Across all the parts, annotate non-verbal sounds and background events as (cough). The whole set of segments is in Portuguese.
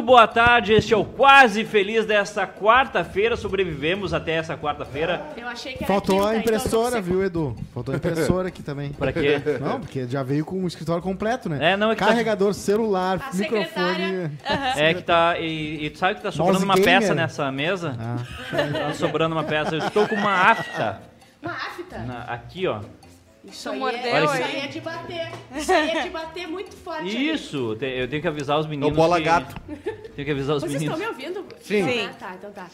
boa tarde, este é o Quase Feliz desta quarta-feira. Sobrevivemos até essa quarta-feira. Eu achei que era Faltou quinta, a então impressora, eu tô viu, Edu? Faltou a (laughs) impressora aqui também. Pra (laughs) quê? Não, porque já veio com o escritório completo, né? É, não, é que tá- Carregador, celular, A secretária. microfone. É que tá. E, e tu sabe que tá sobrando Mouse uma gamer. né? peça nessa mesa? Ah, Tá sobrando uma peça. Eu estou com uma afta (laughs) Uma afta. na- aqui, ó. Isso Tu aí mordeu, Olha é, aqui. isso aí é de bater. Isso aí é de bater muito forte. ali. Isso, te- eu tenho que avisar os meninos. Ô, bola que- gato. Tenho que avisar os Vocês estão meninos me ouvindo? Sim. Não, Sim. né? tá, então tá.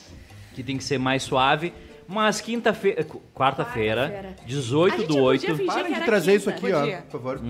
que tem que ser mais suave. Mas quinta-feira. eh, cu- Quarta-feira, Quarta-feira. A 18 do gente podia 8. fingir Parem que de era trazer isso quinta. aqui, ó, Podia. por favor.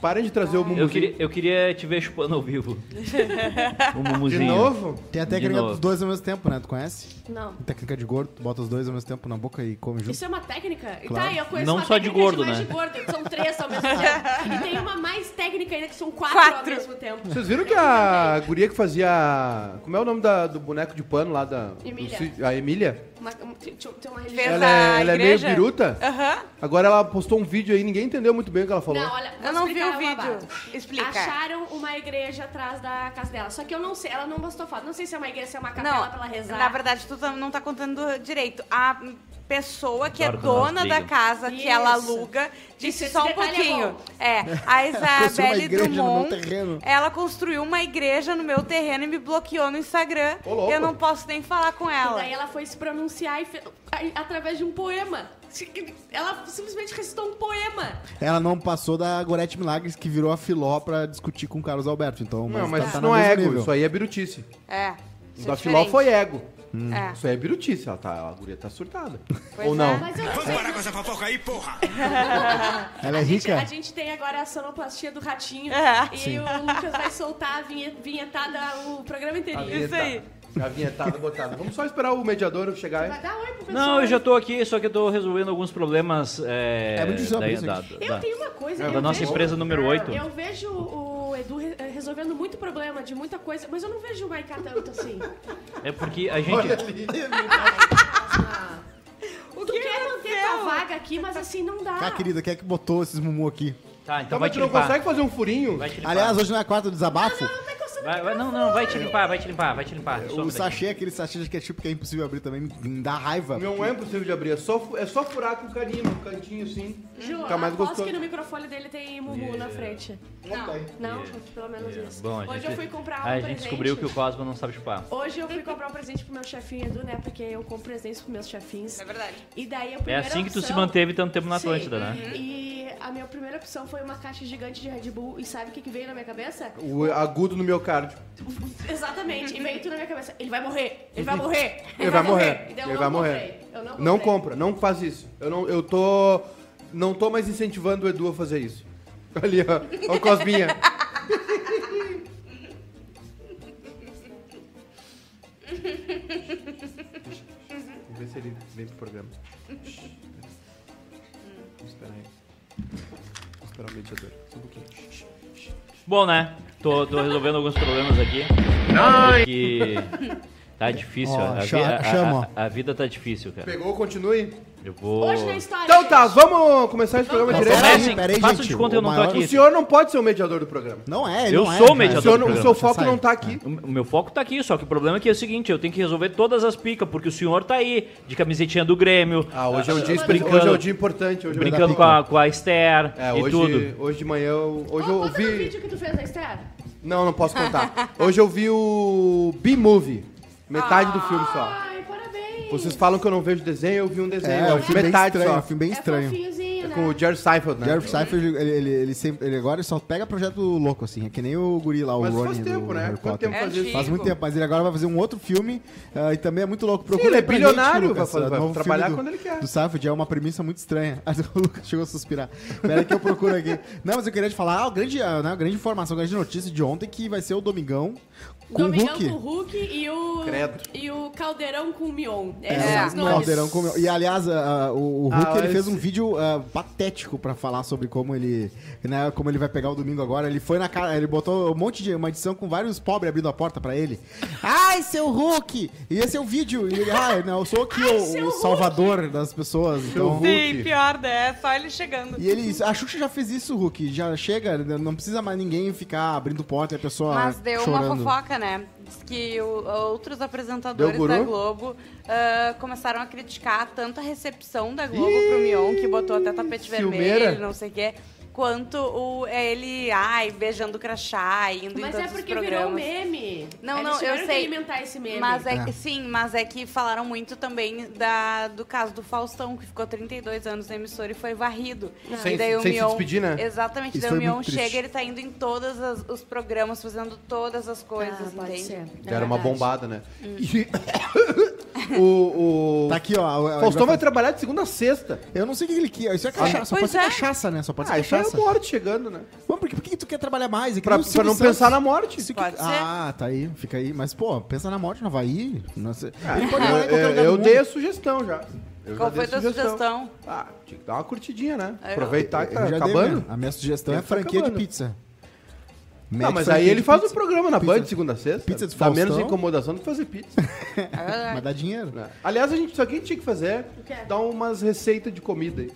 Parem de trazer o Hum? Eu mumuzinho. queria, eu queria te ver chupando ao (laughs) vivo. O De mumuzinho. novo? tem a De técnica novo. dos dois ao mesmo tempo, né? Tu conhece? Não. Técnica de gordo, tu bota os dois ao mesmo tempo na boca e come junto. Isso é uma técnica? Claro. Tá, eu conheço Não uma só de técnica gordo, mais né? de gordo. São três ao mesmo (laughs) tempo. E tem uma mais técnica ainda, que são quatro, Quatro. ao mesmo tempo. Vocês viram que a guria que fazia. Como é o nome da- do boneco de pano lá da. do Emília. sítio- a Emília? Uma, um- tem tem uma Fez religião. Ela, a é, ela é meio igreja? biruta. Aham. Agora ela postou um vídeo aí, ninguém entendeu muito bem o que ela falou. Não, olha, vou Eu não vi explicar o vídeo. babado. Explica. Acharam uma igreja atrás da casa dela. Só que eu não sei, ela não bastou foto. Não sei se é uma igreja, se é uma capela pra ela rezar. na verdade, tu tam- não tá contando direito. A pessoa que Claro é que nós dona da brigamos. casa que ela Isso. aluga disse Isso, esse só um detalhe é pouquinho. bom. (laughs) É, a Construiu uma Isabelle igreja no meu Dumont, terreno. ela construiu uma igreja no meu terreno e me bloqueou no Instagram. Ô, louco. Eu não posso nem falar com E ela. daí ela foi se pronunciar e fe- a- através de um poema. Ela simplesmente recitou um poema. Ela não passou da Gorete Milagres, que virou a filó pra discutir com o Carlos Alberto. Então, Não, tá- mas tá isso no não é mesmo ego, nível. isso aí é birutice. É. O isso é da Filó diferente. foi ego. Hum. É. Isso aí é birutice, ela tá, a guria tá surtada. Pois Ou é. não? Mas eu não sei. Vamos parar com essa fofoca aí, porra! Ela é a gente, a rica? gente tem agora a sonoplastia do ratinho. É. E Sim. o Lucas vai soltar a vinhe- vinhetada o programa A inteirinho. é. Isso aí. vinheta- A vinhetada botada. Vamos só esperar o mediador chegar Vai aí. dar oi pro pessoal. Não, eu já tô aqui, só que eu tô resolvendo alguns problemas. É, É muito difícil da, abrir isso da, aqui. Eu da- tenho uma coisa. É, eu da nossa vejo- empresa número 8. Eu vejo o Edu re- eh, resolvendo muito problema de muita coisa, mas eu não vejo o Maiká tanto (laughs) assim. É porque a Olha gente. ali. O tu quer manter tua vaga aqui, mas assim não dá. Ah, querida, quem é que botou esses mumu aqui? Tá, Então então vai mas te tu não limpar. consegue fazer um furinho? Vai te limpar. Aliás, hoje na quarta do um desabafo, Não tá encostando Vai- no vai- não, não, vai te limpar, vai te limpar, vai te limpar. é, um o Some daqui. sachê, aquele sachê de ketchup que é impossível abrir também, me dá raiva. Não é impossível de abrir, é só, fu- é só furar com carinho, um cantinho assim. Ju, Fica mais aposto gostoso. que no microfone dele tem Mumu na frente. Não tem. Não, pelo menos isso. Bom, a Hoje gente, eu fui comprar um a presente. gente descobriu que o Cosmo não sabe chupar. É Hoje eu fui comprar um presente pro meu chefinho Edu, né? Porque eu compro presentes pros meus chefinhos. É verdade. E daí a É primeira assim que tu se opção- manteve tanto tempo na Sim. Atlântida, né? E a minha primeira opção foi uma caixa gigante de Red Bull. E sabe o que, que veio na minha cabeça? O agudo no miocárdio. (laughs) Exatamente. E veio tudo na minha cabeça. Ele vai morrer. Ele vai morrer. Ele, vai morrer. E daí eu Ele não comprei. vai morrer. Eu não comprei. Não compra, não faz isso. Eu não, eu tô, não tô mais incentivando o Edu a fazer isso. (laughs) Ali, ó, ó o Cosminha. Vamos ver se ele vem pro programa. Vamos esperar ele. Vamos esperar o mediador. Só um pouquinho. Bom, né? Tô, tô resolvendo alguns problemas aqui. Que tá difícil, Ó, ó. a, vi- cha- a- a- chama, a- a vida tá difícil, cara. Pegou, continue. Eu vou. Hoje é na história. Então tá, gente. vamos começar esse programa Mas direto. peraí, Comecem, peraí, façam gente, de conta que eu não tô o maior- aqui. O senhor não pode ser o mediador do programa. Não é, ele Eu não é, sou cara. o O mediador senhor- do o programa. seu já foco sai. não tá aqui. O o meu foco tá aqui, só que o problema é que é o seguinte, eu tenho que resolver todas as picas, porque o senhor tá aí, de camisetinha do Grêmio. Ah, hoje é um dia, Mas- expri- brincando. hoje é um dia importante. Hoje é um dia- Brincando com a, com a Esther É, e hoje, tudo. hoje de manhã eu, hoje Ô, eu conta do ouvi. vídeo que tu fez na Esther. Não, não (laughs) posso contar. Hoje eu vi o B-Movie. Metade Ah. do filme só. Ai, parabéns. Vocês falam que eu não vejo desenho, eu vi um desenho. É, é eu um vi filme bem metade estranho, é um só. filme bem é estranho. fofinhozinho, né? Com o Jerry Seinfeld, né? Jerry Seinfeld, ele, ele, ele sempre, ele agora só pega projeto louco, assim. É que nem o guri lá, o Mas Ronnie faz tempo, do né? Harry Quanto Potter. tempo É faz isso? antigo. Faz muito tempo, mas ele agora vai fazer um outro filme ah, e também é muito louco. Procura ele é aí pra bilionário, gente, Lucas, vai fazer- ah, vai novo filme trabalhar do- quando ele quer. Do Safed é uma premissa muito estranha. (laughs) O Lucas chegou a suspirar. Pera aí que eu procuro aqui. Não, mas eu queria te falar, ah, grande, ah, né, grande informação, grande notícia de ontem que vai ser o Domingão com o Domingão Hulk. com o Hulk e o. Credo. E o Caldeirão com o Mion. É, Esses é, os o nomes. Caldeirão comeu. E aliás, a- a- o, o Hulk Ah, ele fez esse- um vídeo ah, patético pra falar sobre como ele, né, como ele vai pegar o domingo agora. Ele foi na cara, ele botou um monte de uma edição com vários pobres abrindo a porta pra ele. Ai, seu Hulk! E esse é o vídeo. E ele, ai, não, eu sou aqui Ai, o, seu o Hulk! salvador das pessoas. Então, Hulk. Sim, pior, né? É só ele chegando. e ele, a Xuxa já fez isso, Hulk. Já chega, não precisa mais ninguém ficar abrindo porta e a pessoa Mas deu chorando. uma fofoca, né? Diz que o- outros apresentadores Deu guru? da Globo ah, começaram a criticar tanto a recepção da Globo pro Mion, que botou até tapete ciumeira. vermelho, não sei o quê, quanto o, é ele, ai, beijando o crachá, indo em Mas todos é os porque virou um programas. meme. Não, Eles não, eu tiveram que sei. alimentar esse meme. Mas é, É. que sim, mas é que falaram muito também da, do caso do Faustão, que ficou 32 anos na emissora e foi varrido. Sem- e daí o sem se Mion, despedir, né? Exatamente, Isso daí o foi muito Mion triste. chega ele tá indo em todos as- os programas, fazendo todas as coisas, Ah, pode entende? ser. Deram uma verdade. Hum. bombada, né? (laughs) E- o. o... Tá aqui, ó. o- o- Faustão vai trabalhar de segunda a sexta. Eu não sei o que ele quer. Isso é cachaça. Só pode Pois ser é. cachaça, né? Só pode ser Ah, isso aí é cachaça. morte chegando, né? Mas por que, por que tu quer trabalhar mais? É que Pra, nem o pra Silvio não Santos. pensar na morte. Isso que- Pode ser. Ah, tá aí, fica aí. Mas, pô, pensa na morte no Havaí. Nossa. Ele Ah, Eu, pode morar em qualquer eu, lugar do É, eu mundo. dei a sugestão já. Eu Qual já foi dei a tua sugestão? Ah, tinha que dar uma curtidinha, né? Eu- Aproveitar que Eu tá já dei acabando. mesmo. a minha sugestão é Deve tá franquia de acabando. pizza. Não, Mete mas franquia aí ele de faz o pizza. programa na Pizza. Band de segunda a sexta. Pizza de Dá menos Faustão. incomodação do que fazer pizza. (laughs) Ah, É verdade. Mas dá dinheiro. né? Aliás, a gente, só que a gente tinha que fazer quê? dar umas receitas de comida aí.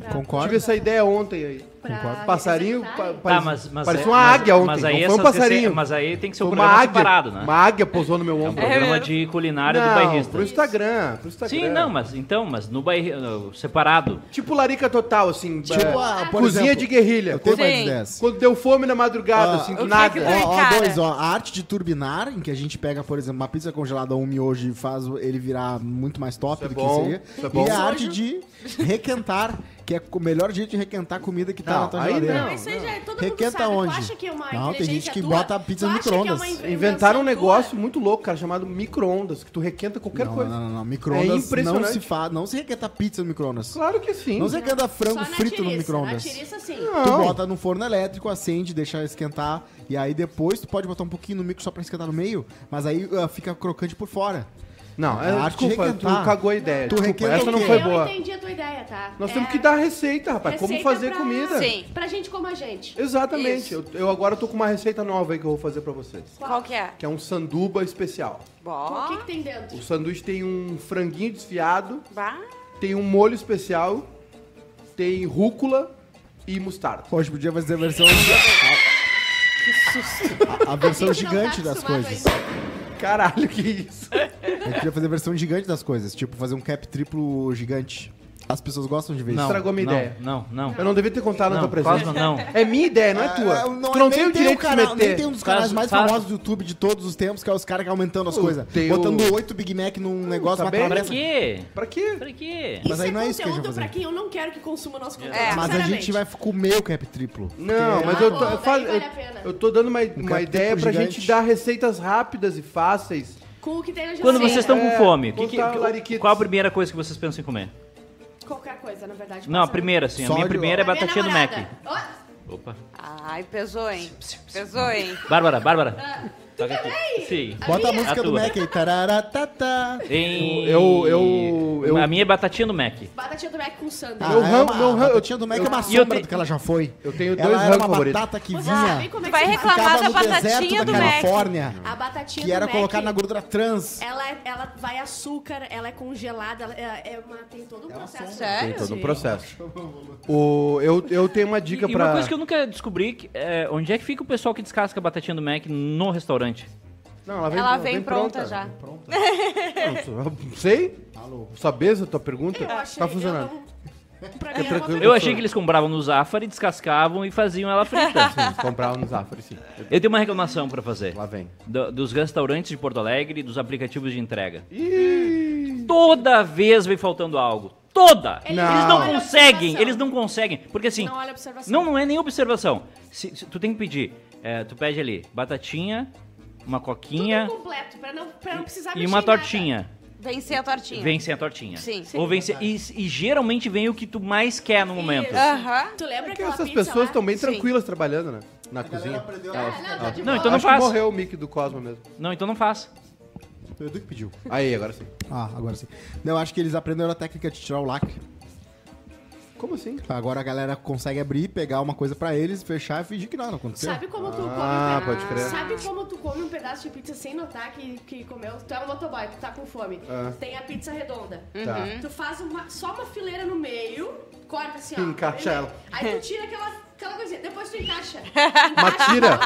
Tive Concordo. essa ideia ontem aí. Um Pra Concordo. Passarinho representarem. pa- Ah, Tá, pare- mas, mas parecia é- uma mas- águia ontem. Mas não aí foi um essas rece- passarinho. Mas aí tem que ser um Foi programa separado, né? Uma águia pousou no meu É um ombro. programa mesmo. de culinária do Não, bairrista. Pro Instagram, pro Instagram. Sim, não, mas então, mas no bairro separado. Tipo larica total, assim. Tipo, é, ah, por cozinha exemplo, de guerrilha. Eu tenho Sim. mais dessa. Quando deu fome na madrugada, Ah, assim, o que do é nada. que Ó, Ai, ó, cara. dois, ó. A arte de turbinar, em que a gente pega, por exemplo, uma pizza congelada ou um miojo e faz o- ele virar muito mais top Isso é do que bom, seria. isso é e bom. a arte de requentar, que é o melhor jeito de requentar a comida que tá Não, na tua aí geladeira. não. Mas isso aí já é todo Requenta mundo sabe. onde? Tu acha que é uma Não, tem gente inteligência que tua? bota a pizza Tu no acho que é uma microondas. invenção Inventaram um tua? negócio muito louco, cara, chamado micro-ondas, que tu requenta qualquer Não, coisa. não, não, não. Micro-ondas não impressionante. se faz. Não se requenta pizza no micro-ondas. Claro que sim. Não se requenta Só frango na frito no tiriça, micro-ondas. Na tiriça, sim. Tu Não. bota no forno elétrico, acende, deixa esquentar. E aí depois tu pode botar um pouquinho no micro só pra esquentar no meio. Mas aí ah, fica crocante por fora. Não, é, Ah, desculpa, te requentar. tu cagou a ideia. Tu desculpa, requenta essa o não quê? foi eu boa. entendi a tua ideia, tá? Nós É temos que dar receita, rapaz. Como receita fazer pra- comida. Sim. Pra gente como a gente. Exatamente. Isso. Eu, eu agora tô com uma receita nova aí que eu vou fazer pra vocês. Qual que é? Que é um sanduba especial. Bom. O que, é? que tem dentro? O sanduíche tem um franguinho desfiado, Bah. tem um molho especial, tem rúcula e mostarda. Hoje podia fazer a versão. Que susto. A, a versão gente não tá gigante das acostumado coisas. ainda. Caralho, que isso. A gente podia fazer a versão gigante das coisas. Tipo, fazer um cap triplo gigante. As pessoas gostam de ver Não, isso. Estragou minha não, ideia. Não, não. Eu não devia ter contado na Não, tua presença. Cosma, (laughs) não. É minha ideia, não é tua. Ah, tu não nem tem o direito de canal, se meter. Nem tem um dos Faz- canais mais faz- famosos do YouTube de todos os tempos, que é os caras que aumentando as Eu coisas. tenho- Botando oito Big Mac Hum, num negócio, tá uma bem? Pra travessa. quê? Pra quê? Pra quê? Mas isso aí é não é isso que a gente conteúdo pra vai fazer. quem eu não quero que consuma o nosso conteúdo. É. Mas a gente sinceramente. vai comer o cap triplo. é? Não, Porque- mas eu tô, bom, eu, daí falo- vale eu- a pena. eu tô dando uma, uma capítulo ideia pra gigante. gente dar receitas rápidas e fáceis. Com o que tem na Quando geladeira. vocês estão com É, fome, que- que- contar lariquitos. qual a primeira coisa que vocês pensam em comer? É Qualquer coisa, na verdade. Não, a passa- primeira, assim. A Sódio, minha primeira é Da minha batatinha do Mac. namorada. Ó, Opa. Ai, pesou, hein? Pesou, hein? Bárbara, Bárbara. Toca aqui. Sim. Bota minha- a música A do tua. Mac aí. tá, Tararatata. Em- Eu- eu- eu- A minha é batatinha do Mac. Batatinha do Mac com sanduíche. Ah, Meu é ramo- uma- meu a ramo- batatinha do Mac é uma eu sombra te- do que ela já foi. Eu tenho dois Ela era ramos uma favoritos. batata que Vocês sabem vinha, como é que Vai se faz? reclamar ficava da no deserto da batatinha do Mac. Califórnia, A batatinha que do era Mac, É. colocada na gordura trans. Ela, ela vai açúcar, ela é congelada, ela é, é uma, tem todo um processo. É, Sério? Tem todo um processo. O, eu, eu tenho uma dica e pra. uma coisa que eu nunca descobri, que é, onde é que fica o pessoal que descasca a batatinha do Mac no restaurante? Não, ela vem, Ela vem pronta já. Não sei? Alô. Sabes a tua pergunta? Eu achei, tá funcionando. É Eu não, pra mim era uma tranquilo. Eu achei que eles compravam no Zafari, descascavam e faziam ela (laughs) frita. Sim, comprar no Zafari, sim. Eu tenho uma reclamação pra fazer. Lá vem. Do- dos restaurantes de Porto Alegre e dos aplicativos de entrega. Ih, Toda vez vem faltando algo. Toda! Eles Eles não não olham a conseguem, observação. eles não conseguem. Porque assim, Não olha a observação. Não, não é nem observação. Se, se- tu tem que pedir. é, tu pede ali batatinha, uma coquinha Tudo completo, pra não, pra não precisar e mexer uma em nada. tortinha. Vencer a tortinha. Vem sem a tortinha. Sim. Sim. Ou vem sem- e, e geralmente vem o que tu mais quer no momento. Isso. Aham. Tu lembra porque aquela É essas pizza pessoas lá? estão bem Sim. tranquilas trabalhando, né? Na cozinha. aprendeu. Ah, não, tá de Não, boa. então não Acho que faz. morreu o mic do Cosmo mesmo. Não, então não faz. Foi o Edu que pediu. Aí, agora sim. Ah, agora sim. Não, acho que eles aprenderam a técnica de tirar o lacre. Como assim? Agora a galera consegue abrir, pegar uma coisa pra eles, fechar e fingir que não, não aconteceu. Sabe como tu come Ah, um pode crer. pedaço? Sabe como tu come um pedaço de pizza sem notar que, que comeu? Tu é um motoboy, tu tá com fome. Ah. Tem a pizza redonda. Uhum. Tá. Tu faz uma- só uma fileira no meio, corta assim, ó. Encaixa ela. Aí tu tira aquela, Aquela coisinha, depois tu (laughs) encaixa. Mas tira.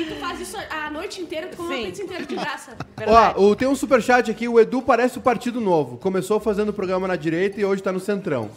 E tu faz isso a noite inteira, tu come Sim. uma pizza inteira de graça. Verdade. Ó, o- tem um superchat aqui, o Edu parece o Partido Novo. Começou fazendo o programa na direita e hoje tá (laughs) no centrão.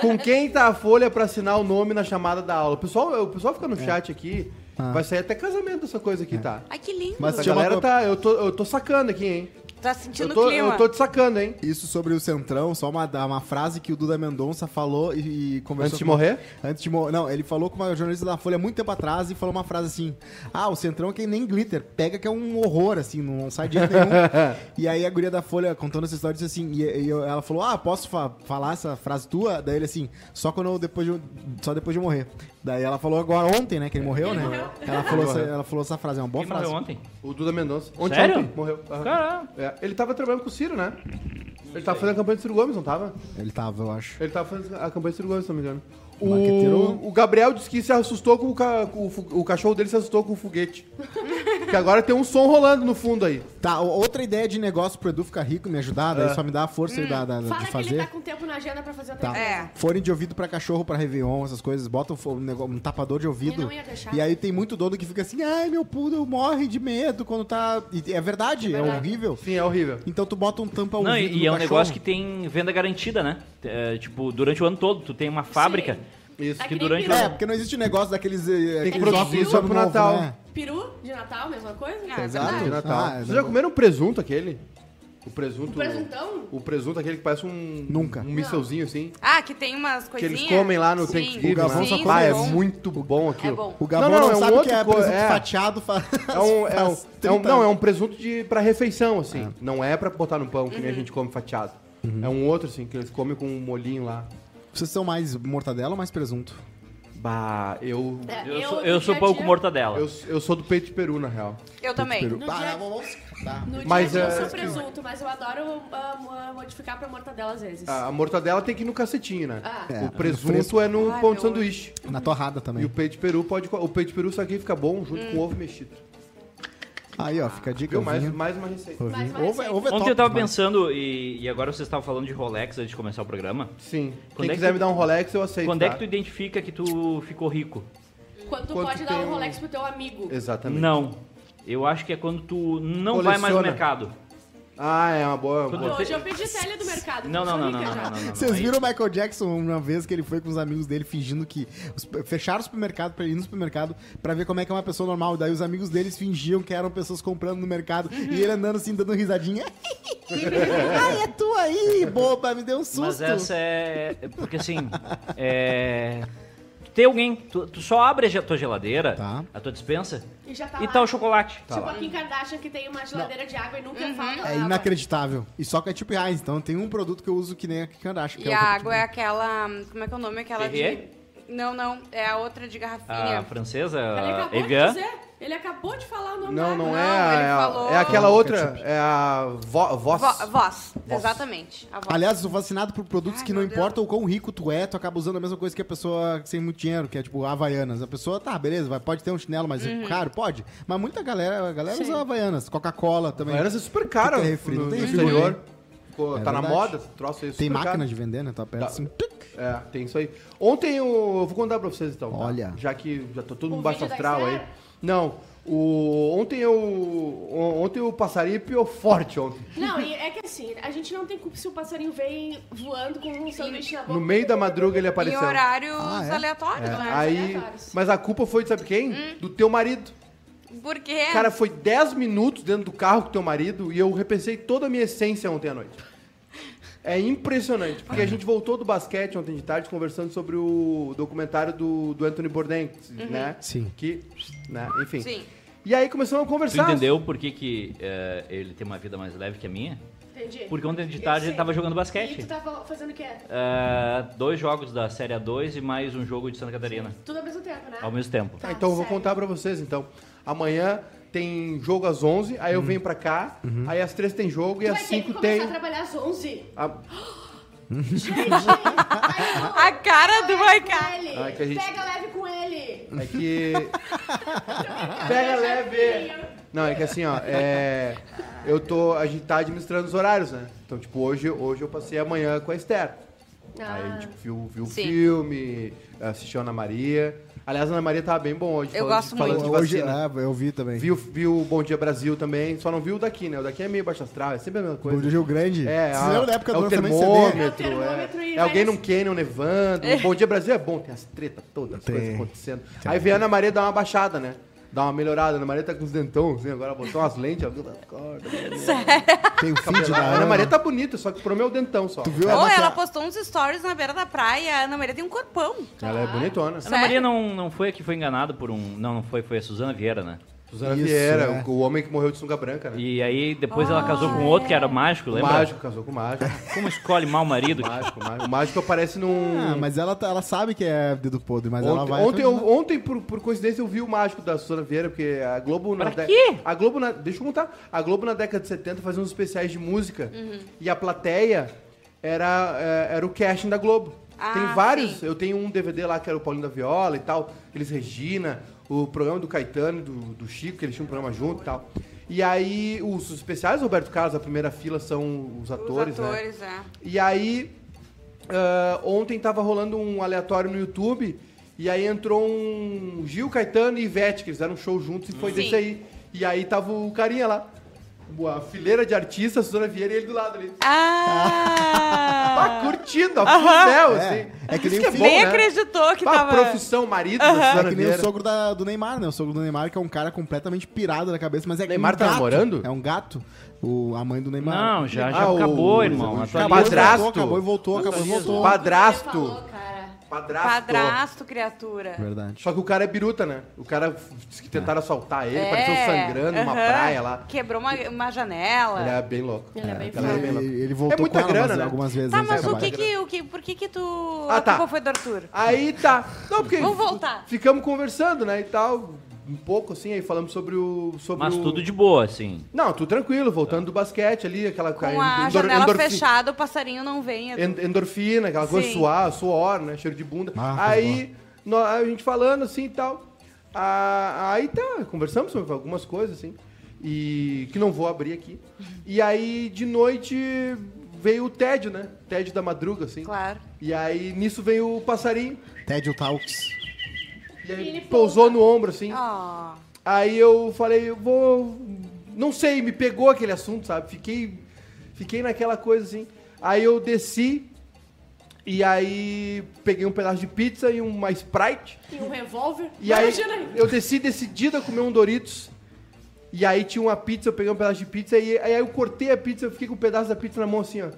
Com quem tá a folha pra assinar o nome na chamada da aula? O pessoal, o pessoal fica no chat aqui. Ah. Vai sair até casamento essa coisa aqui, tá? Ai, que lindo. Mas é? Essa tinha uma co- galera tá. Eu tô, eu tô sacando aqui, hein? Tá Eu sentindo o tô, clima. eu tô te sacando, hein? Isso sobre o Centrão, só uma, uma frase que o Duda Mendonça falou e, e conversou. Antes de com- morrer? Antes de morrer. Não, ele falou com uma jornalista da Folha muito tempo atrás e falou uma frase assim: Ah, o Centrão é que nem glitter, pega que é um horror, assim, não sai de jeito nenhum. (laughs) e aí a guria da Folha contando essa história disse assim: E, e eu- ela falou, Ah, posso fa- falar essa frase tua? Daí ele assim: Só quando eu, depois de, eu- só depois de eu morrer. Daí ela falou agora ontem, né? Que ele morreu, né? Ela, falou essa, ela falou essa frase, é uma boa Quem frase. morreu ontem? O Duda Mendonça. Ontem, Sério? ontem, morreu. Aham. Caralho. É, ele tava trabalhando com o Ciro, né? Ele tava fazendo a campanha do Ciro Gomes, não tava? Ele tava, eu acho. Ele tava fazendo a campanha do Ciro Gomes, se não me engano. Marqueteiro. O, o Gabriel disse que se assustou com o, ca- com o fu- o cachorro dele se assustou com o foguete. que agora tem um som rolando no fundo aí. Tá, o- outra ideia de negócio pro Edu ficar rico e me ajudar, É. daí só me dá a força aí da, Fala da- de que ele tá fazer. com tempo na agenda pra fazer outra Tá. coisa. É. Fone de ouvido pra cachorro, pra Réveillon, essas coisas, bota um, fo- um negócio- um tapador de Eu ouvido. não ia deixar. E aí tem muito dono que fica assim, ai, meu poodle morre de medo quando tá. E é verdade, é, horrível. Sim, é horrível. Então tu bota um tampa Não, ouvido. e, e é um negócio que tem venda garantida, né? É, tipo, durante o ano todo, tu tem uma fábrica. Isso. Que Aquele durante o Tá peru, É, porque não existe negócio daqueles. eh, Tem que produzir só né? pro Natal. peru de Natal, mesma coisa? Ah, é Exato. De verdade. Natal. Ah, é Vocês já verdade. comeram um presunto aquele? O presunto. Presuntão? O presunto aquele que parece um. Nunca. Um mísselzinho assim. Ah, que tem umas Que coisinhas. eles comem lá no Sim, Thanksgiving. O Gavão sim, só né? come Ah, é isso. muito bom aquilo. É bom. O Gabão Não, não, não, é um sabe o que é outro co- presunto é. fatiado. Faz, (laughs) (laughs) É um, é um- Tá faz é um- 30 não, é um presunto de, pra refeição, assim. Não é pra botar no pão, que nem a gente come fatiado. Uhum. É um outro, assim, que eles comem com um molhinho lá. Vocês são mais mortadela ou mais presunto? Bah, eu. É, Eu, eu sou, no eu sou dia a pouco dia- mortadela. Eu, eu sou do peito de peru, na real. Eu também. Peru. No Bah, dia- vamos- tá. No Mas, dia a dia é, eu sou presunto, mas eu adoro ah, mo- modificar pra mortadela às vezes. A, a mortadela tem que ir no cacetinho, né? Ah. É, o presunto fresco. é no Ai, pão de meu sanduíche. Tá. Na torrada E também. Né. o peito de peru pode. co- O peito de peru isso aqui fica bom junto com ovo mexido. Aí, ó, fica a dica. Viu? Mais, ovinho. mais uma receita. Ovinho. Mais uma Ovo é- receita. ovo é Ontem top eu tava demais. pensando, e, e agora vocês estavam falando de Rolex antes de começar o programa. Sim. Quem Quando é que quiser tu- me dar um Rolex, eu aceito. Quando é tá? que tu identifica que tu ficou rico? Quando tu Quando pode tu dar tem um um- Rolex pro teu amigo. Exatamente. Não. Eu acho que é quando tu não vai mais no Coleciona. mercado. Ah, é uma boa. uma Quando boa. tu- Hoje eu pedi série do mercado. Não, não, sou não, não, rica não, já. não, não, não. Vocês Aí- viram o Michael Jackson uma vez que ele foi com os amigos dele fingindo que. os- Fecharam o supermercado pra ele ir no supermercado pra ver como é que é uma pessoa normal. Daí os amigos deles fingiam que eram pessoas comprando no mercado e ele andando assim, dando risadinha. (laughs) Ai, é tu aí, boba, me deu um susto. Mas essa é. é Porque assim. é. tu Tem alguém. Tu, tu só abre a ge- tua geladeira, Tá. a tua dispensa, E já tá e lá. tá o chocolate. tipo a Kim Kardashian que tem uma geladeira de água e nunca Uhum. falta Ah, É água. inacreditável. E só que é tipo reais, então tem um produto que eu uso que nem a Kikandasha. E a água é aquela. Como é que é o nome? Aquela Perrier? de. Não, não. É a outra de garrafinha. A francesa, Ele a é. acabou Evian. de dizer. Ele acabou de falar o nome da Não, água. não é. Não, ele é, a- falou- é aquela Ah, Não, outra. ketchup. É a vo, voz. Vo- voz. Exatamente. A voz. Aliás, eu sou fascinado por produtos Ai, que não meu importa o quão rico tu é, tu acaba usando a mesma coisa que a pessoa sem muito dinheiro, que é tipo Havaianas. A pessoa, tá, beleza, vai, pode ter um chinelo mais Uhum. caro, pode. Mas muita galera, a galera usa Havaianas, Coca-Cola também. Era é super caro Tem refri, no, não tem no refri, exterior. né? Pô, É tá na verdade. moda esse troço aí. Tem super máquina caro. de vender, né? Tu aperta Tá. assim. tuc. É, tem isso aí. Ontem eu, eu vou contar pra vocês então. tá? Olha. Já que já tô todo O mundo baixo vídeo da astral aí. Esther? Não, o, ontem eu. o- Ontem o passarinho piou forte ontem. Não, e é que assim, a gente não tem culpa se o passarinho vem voando com um sanduíche na boca. No meio da madruga ele Em apareceu. horários Ah, é? aleatórios, É, né? aí, aleatórios. mas a culpa foi, de sabe quem? Hum? Do teu marido. Porque. É. Cara, foi 10 minutos dentro do carro com teu marido e eu repensei toda a minha essência ontem à noite. É impressionante, porque a gente voltou do basquete ontem de tarde conversando sobre o documentário do, do Anthony Bourdain, Uhum. né? Sim. Que, né? Enfim. Sim. E aí começamos a Tu conversar. entendeu por que, que é, ele tem uma vida mais leve que a minha? Entendi. Porque ontem de Eu tarde ele sei. tava jogando E tu basquete. tava fazendo o quê? É, dois jogos da Série A2 e mais um jogo de Santa Catarina. Tudo ao mesmo tempo, né? Ao mesmo tempo. Ah, então eu vou Sério. contar pra vocês, então. Amanhã tem jogo às 11, aí Hum. eu venho pra cá, Uhum. aí às 3 tem jogo e Tu às vai ter que 5 começar tem... a trabalhar às (laughs) 11. a- Gente, aí, A cara do ó, Maiká. ele. Ah, que a gente- Pega leve com ele. (laughs) É que. (laughs) Pega leve! Não, é que assim, ó, é. Eu tô. A gente tá administrando os horários, né? Então, tipo, hoje, hoje eu passei a manhã com a Esther. Ah. Aí a gente viu, viu o Sim. filme, assistiu a Ana Maria. Aliás, a Ana Maria tava bem bom hoje. Eu falando- gosto falando muito. de Hoje, vacina. é, eu vi também. Viu, viu o Bom Dia Brasil também, só não viu o daqui, né? O daqui é meio baixo astral, é sempre a mesma O coisa. do Rio Grande. É, Vocês a- lembram da época é do o lançamento de termômetro, CD? é, É o termômetro e é vai alguém nesse- num canyon nevando. o Bom Dia Brasil é bom, tem as tretas todas, as Tem. coisas acontecendo. Aí vem a Ana Maria dar uma baixada, né? Dá uma melhorada. A Ana Maria tá com os dentão, assim, agora botou umas lentes. ó. Acorda, Tem o feed da A Ana Ana. Maria tá bonita, só que pro meu dentão só. Tu viu Ou a ela nossa... postou uns stories na beira da praia, a Ana Maria tem um corpão. Ela é bonitona. Ana Maria não, não foi a que foi enganada por um. Não, não foi, foi a Suzana Vieira, né? Suzana Isso, Vieira, é. o- o homem que morreu de sunga branca, né? E aí depois ela casou com outro que era mágico, O lembra? mágico, casou com o mágico. Como escolhe mal o marido? O mágico, o mágico. O mágico aparece num... Ah, mas ela, tá- ela sabe que é dedo podre, mas ela Ontem, vai... ontem, eu- ontem, por, por coincidência, eu vi o mágico da Suzana Vieira, porque a Globo na Pra dé- quê? A Globo na. Deixa eu contar. A Globo na década de 70 fazia uns especiais de música e a plateia era, é, era o casting da Globo. Ah, Tem vários. sim. Eu tenho um DVD lá que era o Paulinho da Viola e tal, eles Regina, o programa do Caetano e do, do Chico, que eles tinham um programa junto e tal. E aí, os especiais, Roberto Carlos, a primeira fila são os atores, Os né? atores, é. E aí, ah, ontem tava rolando um aleatório no YouTube, e aí entrou um Gil, Caetano e Ivete, que eles deram um show juntos, e foi desse aí. E aí tava o carinha lá. A fileira de artistas, Suzana Vieira e ele do lado ali. Tá (laughs) Ah! curtindo, ó, pro É, céu, assim. é que Isso nem o bom, Nem né? acreditou que Bah, tava. profissão, marido da É Suzana que nem o Vieira. sogro da- do Neymar, né? O sogro do Neymar, que é um cara completamente pirado da cabeça, mas é Neymar um tá gato. namorando? É um gato. O, a mãe do Neymar. Não, já, já Ah, o- acabou, o- irmão. o- Atualiza. Acabou e voltou, Padrasto. Acabou e voltou, acabou e voltou. Padrasto. Ele falou, cara. Padrasto. Padrasto, criatura. Verdade. Só que o cara é biruta, né? O cara disse que tentaram assaltar ele, É, pareceu um sangrando, numa aham. praia lá. Quebrou uma, uma Ele janela. é bem louco. Ele é bem cara feio. bem louco. Ele, ele voltou É muita com ela grana, umas- né? algumas vezes. Tá, antes de mas o acabar. que que, o que, por que que tu... Ah, a tá. culpa foi do Arthur? Aí tá. Não, porque. Vamos voltar. Ficamos conversando, né? E tal. Um pouco assim, aí falamos sobre o. Sobre Mas o- tudo de boa, assim. Não, tudo tranquilo, voltando do basquete ali, aquela. Com endor- a endor- janela endorfi- fechada, o passarinho não vem. Edu. en- Endorfina, aquela coisa Sim. suar, suor, né? Cheiro de bunda. Ah, aí nó- a gente falando assim e tal. Ah, aí tá, conversamos sobre algumas coisas, assim. E. que não vou abrir aqui. E aí, de noite, veio o tédio, né? Tédio da madruga, assim. Claro. E aí, nisso veio o passarinho. Tédio Talks. E aí E ele pousou pousa. no ombro, assim. Ó. Aí eu falei, eu vou. Não sei, me pegou aquele assunto, sabe? Fiquei, fiquei naquela coisa assim. Aí eu desci e aí peguei um pedaço de pizza e uma Sprite. E um revólver. E aí Imagina aí. eu desci decidida a comer um Doritos. E aí tinha uma pizza, eu peguei um pedaço de pizza e aí eu cortei a pizza, eu fiquei com um pedaço da pizza na mão assim, ó.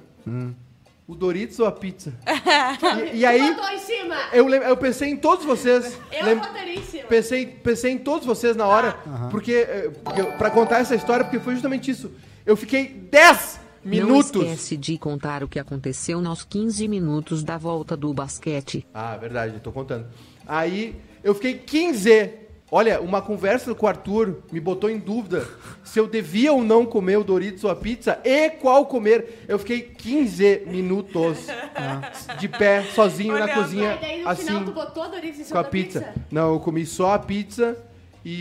O Doritos ou a (laughs) pizza? e, e aí Botou em cima. eu, lem- eu pensei em todos vocês. Eu Lem- botaria em cima. Pensei, pensei em todos vocês na hora, porque, eh, porque eu- pra contar essa história, porque foi justamente isso. Eu fiquei 10 Não minutos. esquece de contar o que aconteceu nos 15 minutos da volta do basquete. Ah, verdade, eu tô contando. Aí eu fiquei 15. Olha, uma conversa com o Arthur me botou em dúvida se eu devia ou não comer o Doritos ou a pizza e qual comer. Eu fiquei 15 minutos Ah. de pé, sozinho na Olhando. cozinha. E daí no assim, final tu botou Doritos em cima com a da pizza. Não, eu comi só a pizza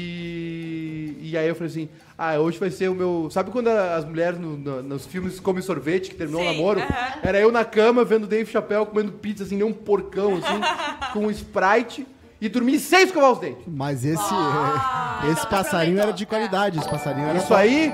e. E aí eu falei assim: ah, hoje vai ser o meu. Sabe quando a- as mulheres no- no- nos filmes comem sorvete, que terminou o Sim, namoro? aham. Era eu na cama vendo Dave Chappelle comendo pizza, assim, nem um porcão, assim, com um sprite e dormi sem escovar os dentes. Mas esse, (laughs) esse então aproveitou. passarinho era de qualidade. Esse passarinho era Isso aí,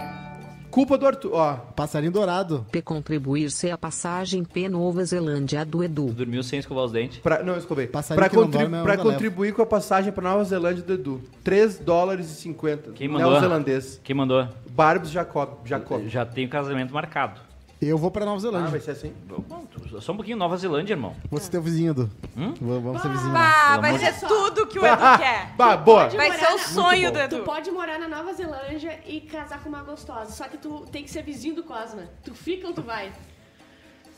culpa do Arthur. Ó, passarinho dourado. P. Contribuir-se a passagem P. Nova Zelândia do Edu. Dormiu sem escovar os dentes. pra, não, eu escovei. Passarinho Pra, que não contribu- dorme, é a pra onda leva. contribuir com a passagem pra Nova Zelândia do Edu: 3 dólares e 50. Quem mandou? Neozelandês. Quem mandou? Barbos Jacob. Jacob. Já tem o casamento marcado. Eu vou pra Nova Ah, Zelândia. vai ser assim? Bom, tu- Só um pouquinho, Nova Zelândia, irmão. Vou ser teu vizinho, Edu. Vou- Vamos ser vizinho. lá. Bah, Pelo vai amor ser de Deus. tudo que o (laughs) Edu quer. Bah, boa. É, Pode Vai morar ser o na- sonho do Tu Edu. pode morar na Nova Zelândia e casar com uma gostosa. Só que tu tem que ser vizinho do Cosma. Tu fica ou tu vai?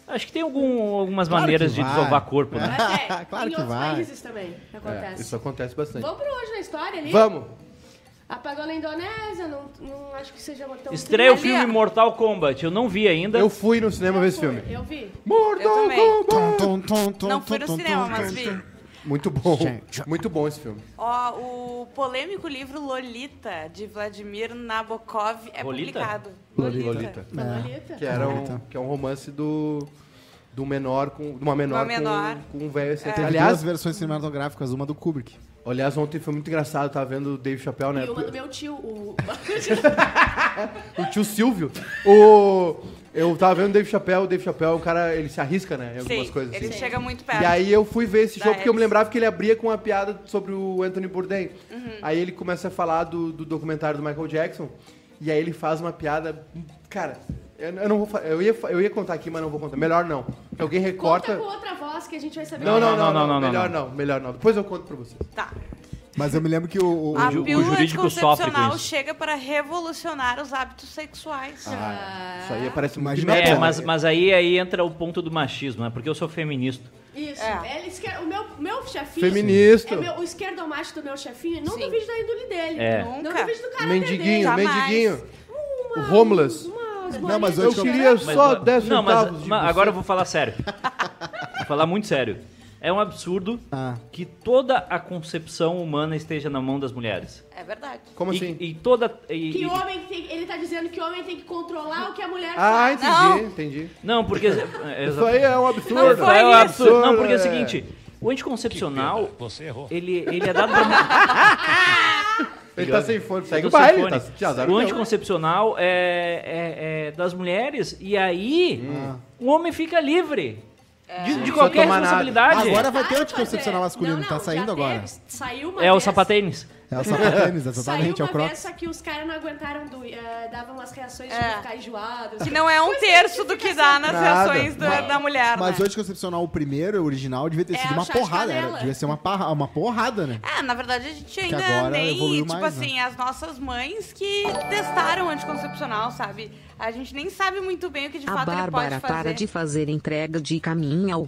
Acho que tem algum- algumas Claro maneiras que de vai. desovar corpo, né? Mas é, (laughs) Claro em que outros vai. países também acontece. É, Isso acontece bastante. Vamos pro hoje na história ali? Vamos! Apagou na Indonésia, não, não acho que seja tão... Estreia o Ali, filme ó. Mortal Kombat. Eu não vi ainda. É. Eu fui no cinema ver esse Foi, filme. Eu vi. Eu Mortal também. Kombat! Tum, tum, tum, Não tum, fui no tum, cinema, tum, mas tum, vi. tum. Muito bom. Gente. Muito bom esse filme. Ó, o polêmico livro Lolita, de Vladimir Nabokov, é Lolita? publicado. Lolita. É. Lolita. Que, era um, que é um romance do, do menor com, de uma menor, Uma menor. É. com, com um velho excêntrico. Teve duas Aliás, versões cinematográficas, uma do Kubrick. aliás, ontem foi muito engraçado, tava vendo o Dave Chappelle, né? E uma do meu tio, (laughs) o. O tio Silvio. O... Eu tava vendo o Dave Chappelle, o Dave Chappelle, o cara, ele se arrisca, né? Em algumas Sim, coisas ele assim. chega muito perto. E aí eu fui ver esse Da show porque eu me Alice. lembrava que ele abria com uma piada sobre o Anthony Bourdain. Uhum. Aí ele começa a falar do, do documentário do Michael Jackson e aí ele faz uma piada, cara, eu, eu não vou, fa- eu ia fa- eu ia contar aqui, mas não vou contar. Melhor não. Alguém Corta recorta. com outra voz que a gente vai saber. Não, não, não, não, não, não, melhor não. melhor não. Depois eu conto pra vocês. Tá. Mas eu me lembro que o. o- A ju- o pílula jurídico sofre com anticoncepcional isso. chega para revolucionar os hábitos sexuais. Ah, isso aí parece muito Imagina- É, metal. mas, mas aí, aí entra o ponto do machismo, né? Porque eu sou feminista. Isso. É. Eles querem, o meu, meu chefinho. Feminista. É meu, o esquerdomacho do meu chefinho. Não Sim. duvide da índole dele. É. Não Nunca. duvide do cara Mendiguinho, Jamais. mendiguinho. Uma, O homeless. Umas Não, mas bolinhas Eu hoje- de queria Mas- só mas- 10 Não, mas, centavos de mas você. agora eu vou falar sério. vou falar muito sério. É um absurdo Ah. que toda a concepção humana esteja na mão das mulheres. É verdade. Como e, assim? e toda. e- Que e- homem tem, ele tá dizendo que homem tem que controlar o que a mulher Ah, faz. entendi, Não. entendi. não, porque. é, Isso exatamente. aí é um Não absurdo. foi é um isso. absurdo. Não, porque é o É. seguinte: o anticoncepcional, Você errou. ele, ele é dado (laughs) pra. Ele tá sem fone, segue do o baile. Sinfone. Tá, já sabe o que é anticoncepcional é, é- é das mulheres, e aí o homem fica livre de, de qualquer Ah. tomar nada. responsabilidade. Agora então vai ter Claro, anticoncepcional mas é. masculino, Não, não, tá já saindo teve. agora. Saiu uma É o vez. sapatênis. É o sapatênis, Saiu exatamente, é o uma vez, Crocs. só que os caras não aguentaram, do, eh, davam umas reações de É. ficar enjoado. Que não é um Coisa terço de do que ficar dá nas Nada. reações da, da mulher, Mas o né? anticoncepcional, o primeiro, o original, devia ter É sido o uma chá de porrada. canela. Era, devia ser uma, parra, uma porrada, né? Ah, na verdade a gente ainda agora nem, evoluiu tipo mais, né? assim, as nossas mães que testaram anticoncepcional, sabe? A gente nem sabe muito bem o que de A fato ele pode Bárbara para fazer. de fazer entrega de caminhão.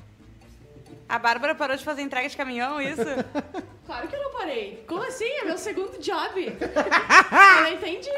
A Bárbara parou de fazer entrega de caminhão, isso? Claro que eu não parei. Como assim? É meu segundo (laughs) job. eu não entendi.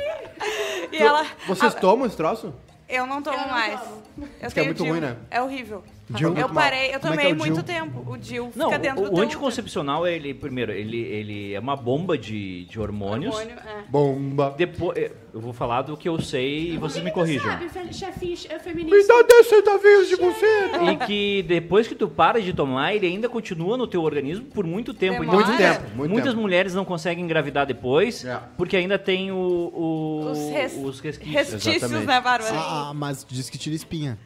e ela. Vocês a- tomam esse troço? Eu não tomo Eu não mais. tomo. Eu Que é tenho muito Dil. ruim, né? É horrível. Dil? Eu Muito mal. parei, Como é eu que tomei é o muito Dil? tempo. O Dil Não, fica dentro o, do o teu anticoncepcional, ele, primeiro, ele, ele é uma bomba de, de hormônios. hormônio, é. Bomba. Depois, é, eu vou falar do que eu sei e vocês me corrijam. Sabe, fe- chefinho che- feminista. Me dá 10 centavinhos de buceta. E que depois que tu para de tomar, ele ainda continua no teu organismo por muito tempo. Então, Demora. Muito tempo, muito muitas tempo. mulheres não conseguem engravidar depois, É. porque ainda tem o, o- Os, res- resquícios. restícios, exatamente. né, Bárbara? Ah, ah, mas diz que tira espinha.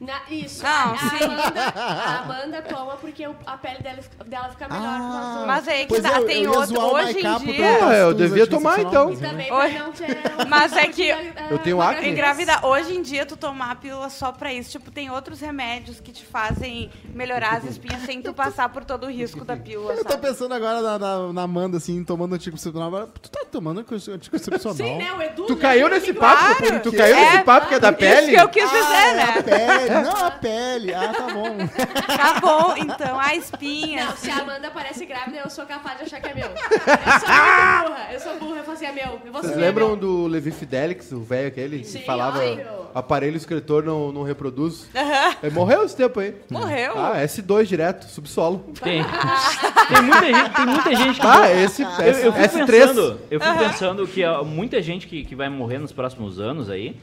Na- isso. Não, a, a sim. Amanda, a Amanda toma porque o- a pele dela, fica- dela fica melhor. com as duas. Mas aí É que Ah. Pois tá, é, eu- tem eu ia outro- zoar o hoje Maiká por causa em dia- dos Ah, eu anticoncepcionais, devia tomar, então. E também Mas pra Oi. não ter- Mas é (laughs) que- eh, Eu tenho acne. Engravida hoje em dia, tu tomar a pílula só pra isso. Tipo, tem outros remédios que te fazem melhorar as espinhas sem tu passar por todo o risco da pílula. Eu tô sabe? pensando agora na, na, na Amanda, assim, tomando anticoncepcional. Agora, Tu tá tomando anticoncepcional? Sim, né? O Edu. Tu né, caiu ele nesse igual- papo? Claro. Tu caiu É. nesse papo que é da Isso pele? que eu quis Ah, dizer, é a né? pele, não a pele. Ah, tá bom. Tá bom, então, a espinha. Não, se a Amanda aparece grávida, eu sou capaz de achar que é meu. Eu (laughs) sou muito burra. Eu sou burra. Eu falo assim, é meu. Eu vou Vocês assumir, é lembram meu. do Levi Fidelix, o velho aquele que Sim, falava óbvio. aparelho escritor não, não reproduz? Ele morreu esse tempo aí. Morreu? Ah, S2 direto, subsolo. Tem, tem, muita gente, tem muita gente que Ah, esse, Eu, esse eu fico S3. pensando, eu fico pensando que ó, muita gente que, que vai morrer nos próximos anos aí,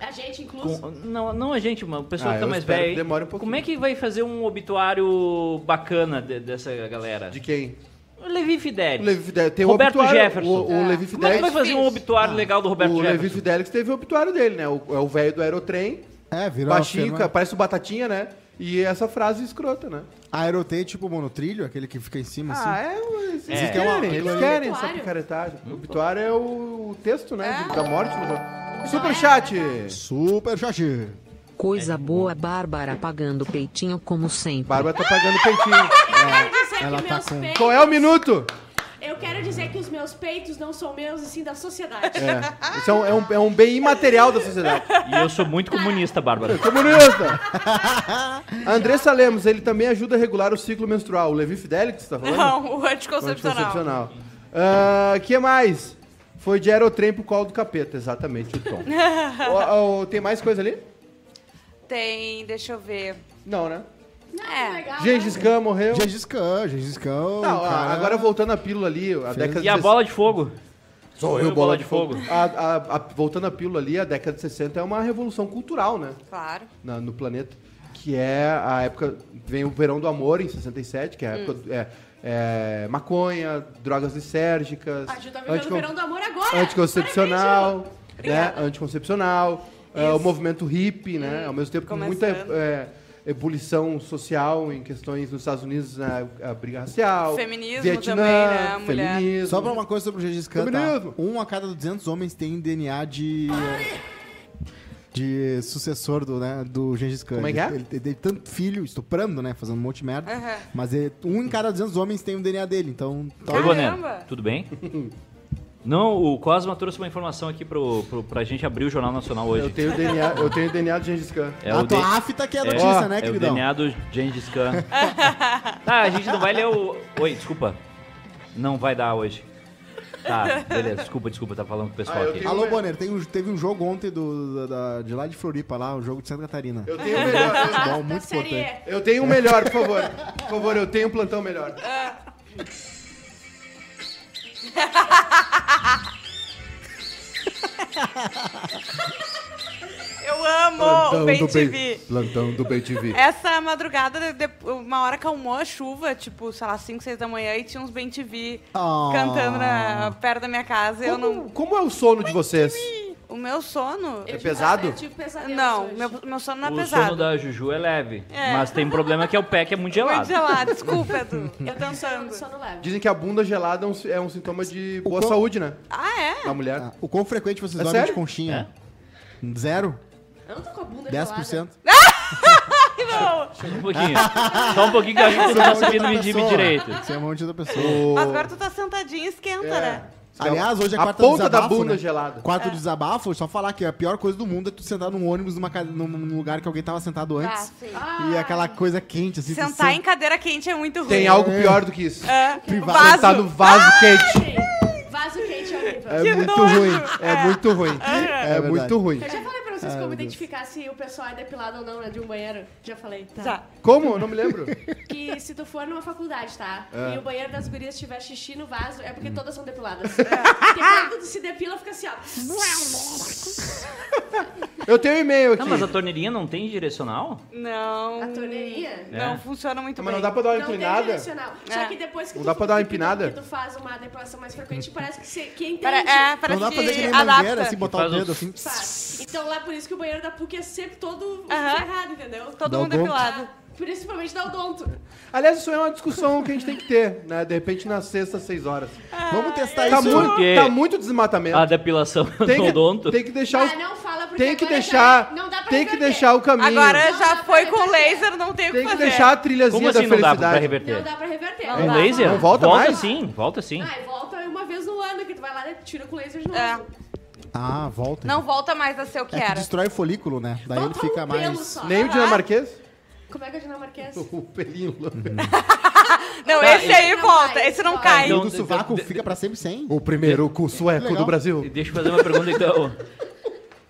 A gente, inclusive. com- não, não a gente, mas o pessoal Ah, que tá eu mais espero velho, que aí, demore um pouquinho. como é que vai fazer um obituário bacana de- dessa galera? De quem? O Levi Fidelis. O Levi Fidelix. Tem o Roberto obituário- Jefferson. O, o Levi Como é que Fidelix. vai fazer um obituário legal do Roberto o Levi Jefferson? Fidelix teve o obituário dele, né? O- é o velho do Aerotrem. É, virou Baixinho, uma cara, firma- parece o Batatinha, né? E essa frase escrota, né? Aerotei é tipo monotrilho, aquele que fica em cima, assim. Ah, é, mas eles É. querem, Aquilo eles ali- querem essa Obituário. picaretagem. O obituário é o, o texto, né? É. Da morte. No... Superchat! Super chat. Coisa boa, Bárbara pagando peitinho como sempre. Bárbara tá pagando peitinho. Eu quero dizer ela que tá meus com- peitos. Qual é o minuto? Eu quero dizer que os meus peitos não são meus, e sim da sociedade. É. Isso é um, é um- é um bem imaterial da sociedade. E eu sou muito comunista, Bárbara. Comunista! Andressa Lemos, ele também ajuda a regular o ciclo menstrual. O Levi Fidelix, tá falando? Não, o O anticoncepcional. anticoncepcional. O Ah, que mais? Foi de aerotrem pro colo do capeta, exatamente o tom. Ó, ó, tem mais coisa ali? Tem, deixa eu ver. Não, né? Não, É. legal. né? Gengis Khan morreu. Gengis Khan, Gengis Khan. Não, o cara- agora voltando à pílula ali, a década E a de bola de fogo? Sou eu, eu, bola de fogo. A- a- a- voltando à pílula ali, a década de 60 é uma revolução cultural, né? Claro. na- no planeta. que é a época. Vem o verão do amor em 67, que é Hum. a época. do- É, é, maconha, drogas lisérgicas. Ah, a gente tá vivendo anticon- o verão do amor agora. Anticoncepcional, né? Obrigada. Anticoncepcional, é, o movimento hippie, né? Ao mesmo tempo que muita Hum, Começando. é, ebulição social em questões nos Estados Unidos, na a briga racial. Feminismo Vietnã, também, né? A mulher. Feminismo. Só pra uma coisa sobre o Gengis Khan, tá? Feminismo. Um a cada 200 homens tem DNA de... De sucessor do, né, do Gengis Khan. Como é que é? Ele, ele teve tanto filho, estuprando, né, fazendo um monte de merda. Aham. Mas ele- um em cada 200 homens tem o DNA dele, então... Oi, Caramba! Bonero. Tudo (laughs) bem? Não, o Cosma trouxe uma informação aqui pro, pro, pra gente abrir o Jornal Nacional hoje. Eu tenho Ah, DNA, eu tenho DNA de Gengis Khan. É a o tua D- afta que é a é- notícia, ó, né, É o queridão? DNA do Gengis Khan. tá, a gente não vai ler o. Oi, desculpa. Não vai dar hoje. Tá, beleza, desculpa, desculpa, tá falando com o pessoal Ah, eu aqui. tenho- Alô, Bonner, tem um- teve um jogo ontem do, da- da- de lá de Floripa, lá, o jogo de Santa Catarina. Eu tenho o melhor. Futebol Da muito série importante. E. Eu, eu tenho o melhor, por favor. Por favor, eu tenho um plantão melhor. Eu amo o Bem TV. Plantão do BTV. Essa madrugada, de- de- uma hora calmou a chuva, tipo, sei lá, 5, 6 da manhã, e tinha uns Ben TV Ah. cantando na, perto da minha casa. Eu não. Como, como é o sono de vocês? O meu sono. Eu tive- É pesado? Eu tive pesadelos Não, hoje. meu, meu sono não é o pesado. sono da Juju é leve, É. mas tem um problema que é o pé que é muito gelado. Muito gelado, desculpa, (laughs) Edu. Eu Sono, dançando. sono leve. Dizem que a bunda gelada é um, si- é um sintoma de boa quão- saúde, né? Ah, é? Na mulher. Ah, o quão frequente vocês É dormem de sério? conchinha? É. Zero? Eu não tô né? com a bunda 10%? Não. Um pouquinho. Só um pouquinho que eu acho que tu não tá é um sabendo medir direito. Você é a mão de outra pessoa. Mas agora tu tá sentadinha e É. esquenta, É. né? Aliás, hoje é a quarta do ponta desabafo, da bunda né? gelada. É. Quarto do desabafo, só falar que a pior coisa do mundo é tu sentar num ônibus numa, ca- num num lugar que alguém tava sentado Tá, antes. sim. E aquela coisa quente, assim. tu Sentar em senta- cadeira quente é muito ruim. Tem algo pior do que isso. É, Privado. vaso. Sentar no vaso quente. gelada. Vaso quente é horrível. É Que muito nojo. ruim. É muito ruim. É, É muito verdade. ruim. Eu já falei pra vocês como identificar se o pessoal é depilado ou não, né? De um banheiro. Já falei. Tá. Já. Como? Eu não me lembro. Que se tu for numa faculdade, tá? É. E o banheiro das gurias tiver xixi no vaso, é Hum. porque todas são (laughs) depiladas. Porque quando se depila, fica assim, ó. é um Eu tenho um e-mail aqui. Não, mas a torneirinha não tem direcional? Não. A torneirinha? Não É. funciona muito Mas não bem. dá pra dar uma Não tem inclinada? direcional. É. Só que depois que Não tu, dá pra dar uma que tu- empinada? que tu faz uma depilação mais frequente, parece que, você, que entende. Pare- é, parece Não dá pra fazer que que nem adapta. mangueira, assim, botar o Faz um- dedo assim. Faz. Então lá por isso que o banheiro da PUC é sempre todo Aham. ferrado, entendeu? Ah, Todo Dá o mundo gonto. depilado. Principalmente da Odonto. Aliás, isso é uma discussão que a gente tem que ter, né? De repente na sexta, às seis horas. Ah. Vamos testar Tá É isso. muito, quê? tá muito desmatamento. A depilação Tem do que, odonto? tem que deixar Ah, o, não fala porque tem que agora já deixar não dá pra tem que reverter. deixar o caminho. Agora Não dá já pra foi com reverter. laser, não tem o que Tá tem que fazer. deixar a trilhazinha Como assim da não dá pra felicidade. reverter? Não dá pra reverter. Não Um dá. laser? Não É, volta volta mais? sim, volta sim. Ah, e volta uma vez no ano que tu vai lá e tira com laser de novo. É. Ah, volta. Não volta mais a ser o que É que era. destrói o folículo, né? Daí ele Falta um fica pelo mais. só. Nem o dinamarquês? Como é que é dinamarquês? O pelinho. Não, Tá, esse esse aí não volta, vai, esse não vai. cai. O Então- do sovaco fica pra sempre sem. O primeiro cu sueco Legal. do Brasil. Deixa eu fazer uma pergunta então.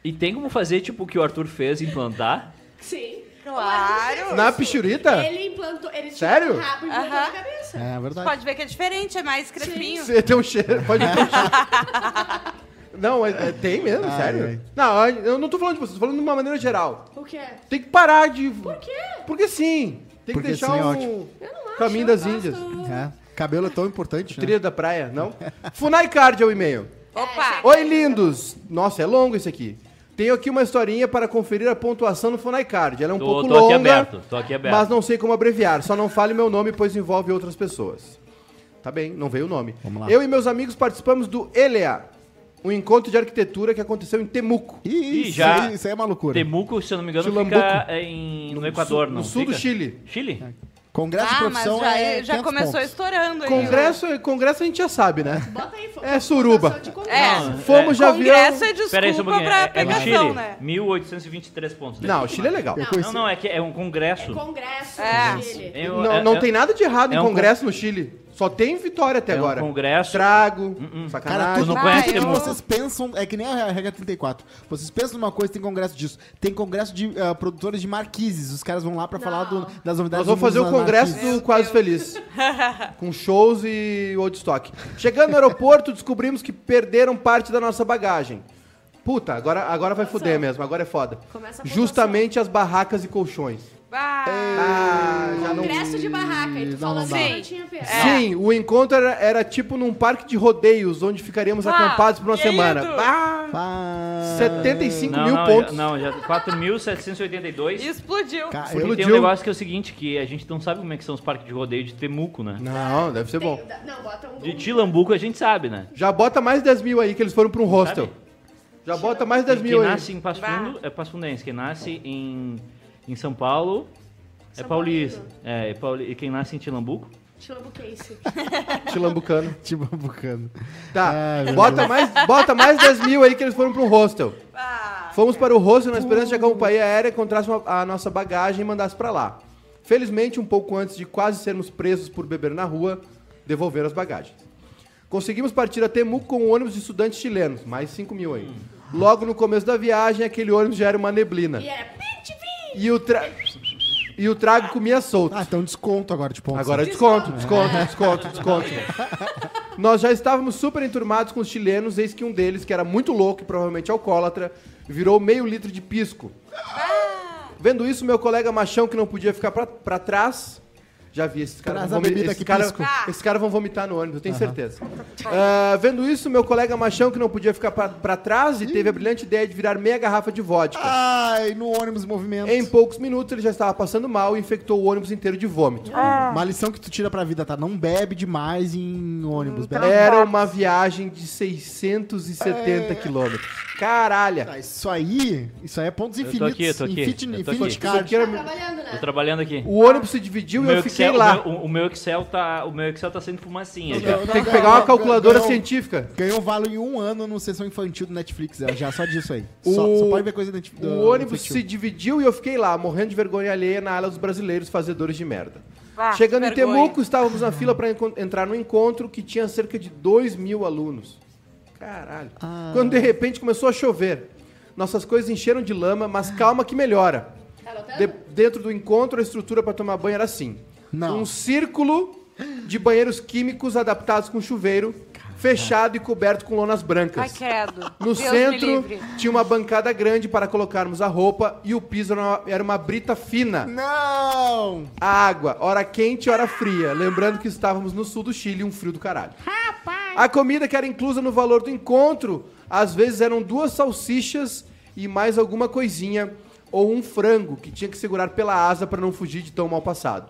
E tem como fazer tipo o que o Arthur fez, implantar? Sim. Claro. Na pichurita? Ele implantou, ele tirou Sério? o rabo e implantou Aham. na cabeça. É verdade. Pode ver que é diferente, é mais crepinho. Você tem um cheiro, pode ter um cheiro. Não, é, é- tem mesmo, Ai, sério. ai. Não, eu não tô falando de vocês, tô falando de uma maneira geral. O que é? Tem que parar de. Por quê? Porque sim. Tem Porque que deixar sim é o ótimo. Eu não acho. caminho eu das gosto. Índias. É. Cabelo é tão importante. Né? Trilha da praia, não? Funai Card é o e-mail. Opa. Oi, lindos! Nossa, é longo esse aqui. Tenho aqui uma historinha para conferir a pontuação no Funai Card. Ela é um Tô- pouco tô aqui longa. aberto, tô aqui é aberto. Mas não sei como abreviar. Só não fale meu nome, pois envolve outras pessoas. Tá bem, não veio o nome. Vamos lá. Eu e meus amigos participamos do ELEA, um encontro de arquitetura que aconteceu em Temuco. Ih, Ih, isso, já- aí, isso aí é uma loucura. Temuco, se eu não me engano, Chilambuco. fica em, no, Equador, sul- não no sul do fica? Chile. É. Chile? Congresso de Ah, mas profissão já, é já 500 começou pontos. estourando aí. né? É. Congresso, congresso a gente já sabe, né? Bota aí, foi. É suruba. Fundação de Congresso. É. Fomos já Congresso viram. é desculpa Pera aí, só um pouquinho. pra É, é no pegação, Chile, né? 1823 pontos. né? Não, Chile é legal. Eu Não, não, é que é um congresso. Congresso É. do Chile. Eu- Não, é- não é- tem nada de errado em é um congresso no Chile. Só tem vitória É até um agora. congresso. Hum, Trago, Cara, sacanagem. tudo não não conhece que Temuco? vocês pensam. É que nem a regra 34. Vocês pensam numa coisa, tem congresso disso. Tem congresso de ah, produtores de marquises. Os caras vão lá pra falar do- das Nós novidades vamos fazer do o mundo das congresso marquises. do Quase Feliz. com shows e old stock. Chegando no aeroporto, descobrimos que perderam parte da nossa bagagem. Puta, agora, agora vai foder mesmo, agora é foda. Começa a pontuação. Justamente as barracas e colchões. Ah, Ah, já não- assim, Congresso de barraca. E tu falou dá. que não Sim. tinha É. pena. Sim, o encontro era, era tipo num parque de rodeios, onde ficaríamos Ah, acampados por uma e aí, semana. Edu? Ah, Pá. 75 Não, mil não, pontos. Ah, Já, não, já 4.782. Explodiu. Ca- Porque explodiu. tem (laughs) um negócio que é o seguinte, que a gente não sabe como é que são os parques de rodeio de Temuco, né? Não, deve é ser bom. Tem- dá- Não, bota um. De Tilambuco a gente sabe, né? Já bota mais 10 mil aí que eles foram pra um hostel. Sabe? Já bota mais 10 Quem, mil quem aí. nasce em Passo Bah. Fundo é Passo Fundense. Quem nasce em, em São Paulo é São paulista. Paulino. É, e, pauli- e quem nasce em Tilambuco? Tilambuquense. Tilambucano. Te bambucando. Tá. Ah, meu bota, mais, bota mais 10 mil aí que eles foram pra um hostel. Ah, Fomos para o hostel na esperança de que a companhia aérea encontrasse uma- a nossa bagagem e mandasse pra lá. Felizmente, um pouco antes de quase sermos presos por beber na rua, devolveram as bagagens. Conseguimos partir a Temuco com um ônibus de estudantes chilenos, mais 5 mil aí. Logo no começo da viagem, aquele ônibus já era uma neblina. E era. "Pente, vi!" E o, tra- e o trago comia solto. Ah, então desconto agora de pontos. Agora desconto, desconto, desconto, desconto. Nós já estávamos super enturmados com os chilenos, eis que um deles, que era muito louco e provavelmente alcoólatra, virou meio litro de pisco. Vendo isso, meu colega machão, que não podia ficar pra, pra trás, já vi esses caras. Traz vão a vomi- bebida esses que cara- pisco. Esses caras vão vomitar no ônibus, eu tenho certeza. Ah, vendo isso, meu colega machão, que não podia ficar pra, pra trás, e teve a brilhante ideia de virar meia garrafa de vodka. Ah, Ai, no ônibus em movimento. Em poucos minutos, ele já estava passando mal e infectou o ônibus inteiro de vômito. Uma lição que tu tira pra vida, tá? Não bebe demais em ônibus. tá. Bebe. Era uma viagem de É. 670 quilômetros. Caralho! Ah, isso aí, isso aí é pontos tô infinitos. aqui, eu tô aqui, Infinity, eu tô infinity aqui. Isso card. aqui era- Tá trabalhando, né? Tô trabalhando aqui. O ônibus se dividiu e eu fiquei Excel, lá. O meu, o- o meu Excel tá, o meu Excel tá sendo fumacinha já. Não, Tem que não, pegar não, uma calculadora ganhou- científica. Ganhou valo em um ano no sessão infantil do Netflix, ela já só disso aí. O- Só, só pode ver coisa identif- do O ônibus se infantil. dividiu e eu fiquei lá, morrendo de vergonha alheia na ala dos brasileiros fazedores de merda. Ah, Chegando em vergonha. Temuco, estávamos na fila para entrar no encontro que tinha cerca de 2 mil alunos. Caralho. Ah. Quando de repente começou a chover. Nossas coisas encheram de lama, mas calma que melhora. Tá anotando? De- dentro do encontro, a estrutura para tomar banho era assim: Não. um círculo de banheiros químicos adaptados com chuveiro, fechado e coberto com lonas Ai, brancas. credo. No Deus Me centro livre. tinha uma bancada grande para colocarmos a roupa e o piso era uma, era uma brita fina. Não! A água, hora quente, hora fria. Lembrando que estávamos no sul do Chile, um frio do caralho. A comida que era inclusa no valor do encontro, às vezes eram duas salsichas e mais alguma coisinha ou um frango que tinha que segurar pela asa para não fugir de tão mal passado.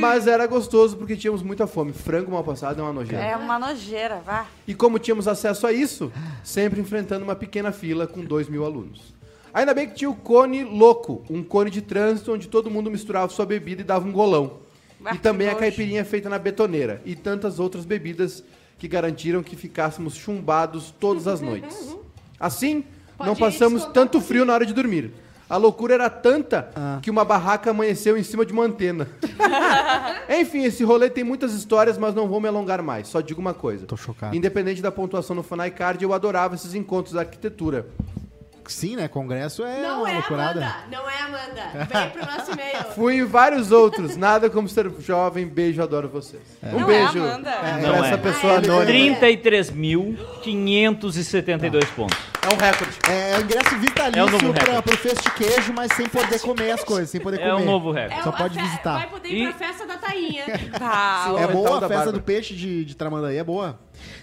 Mas era gostoso porque tínhamos muita fome. Frango mal passado é uma nojenta. É uma nojeira, vá. E como tínhamos acesso a isso, sempre enfrentando uma pequena fila com dois mil alunos. Ainda bem que tinha o cone louco, um cone de trânsito onde todo mundo misturava sua bebida e dava um golão. Ah, e também que a nojo. caipirinha feita na betoneira e tantas outras bebidas que garantiram que ficássemos chumbados todas as (laughs) noites. Assim, Pode não passamos descontar tanto frio na hora de dormir. A loucura era tanta Ah. que uma barraca amanheceu em cima de uma antena. Enfim, esse rolê tem muitas histórias, mas não vou me alongar mais. Só digo uma coisa. Tô chocado. Independente da pontuação no Funai Card, eu adorava esses encontros da arquitetura. Sim, né? Congresso é Não uma é loucurada. Amanda. Não é Amanda. Vem pro nosso e-mail. (laughs) Fui em vários outros. Nada como ser jovem. Beijo, adoro vocês. Um Não beijo. é, Amanda. pra Não essa é. pessoa Ah, é. anônima. 33.572 pontos. É um recorde. É, é um É ingresso o vitalício novo pra, recorde. pro fest queijo, mas sem poder comer as coisas, sem poder comer. É um novo recorde. É Só uma pode fe- visitar. Vai poder ir E- pra festa da (laughs) Tainha. Tá, Sim. É Ou então boa a da festa Bárbara. do peixe de, de Tramandaí, é boa.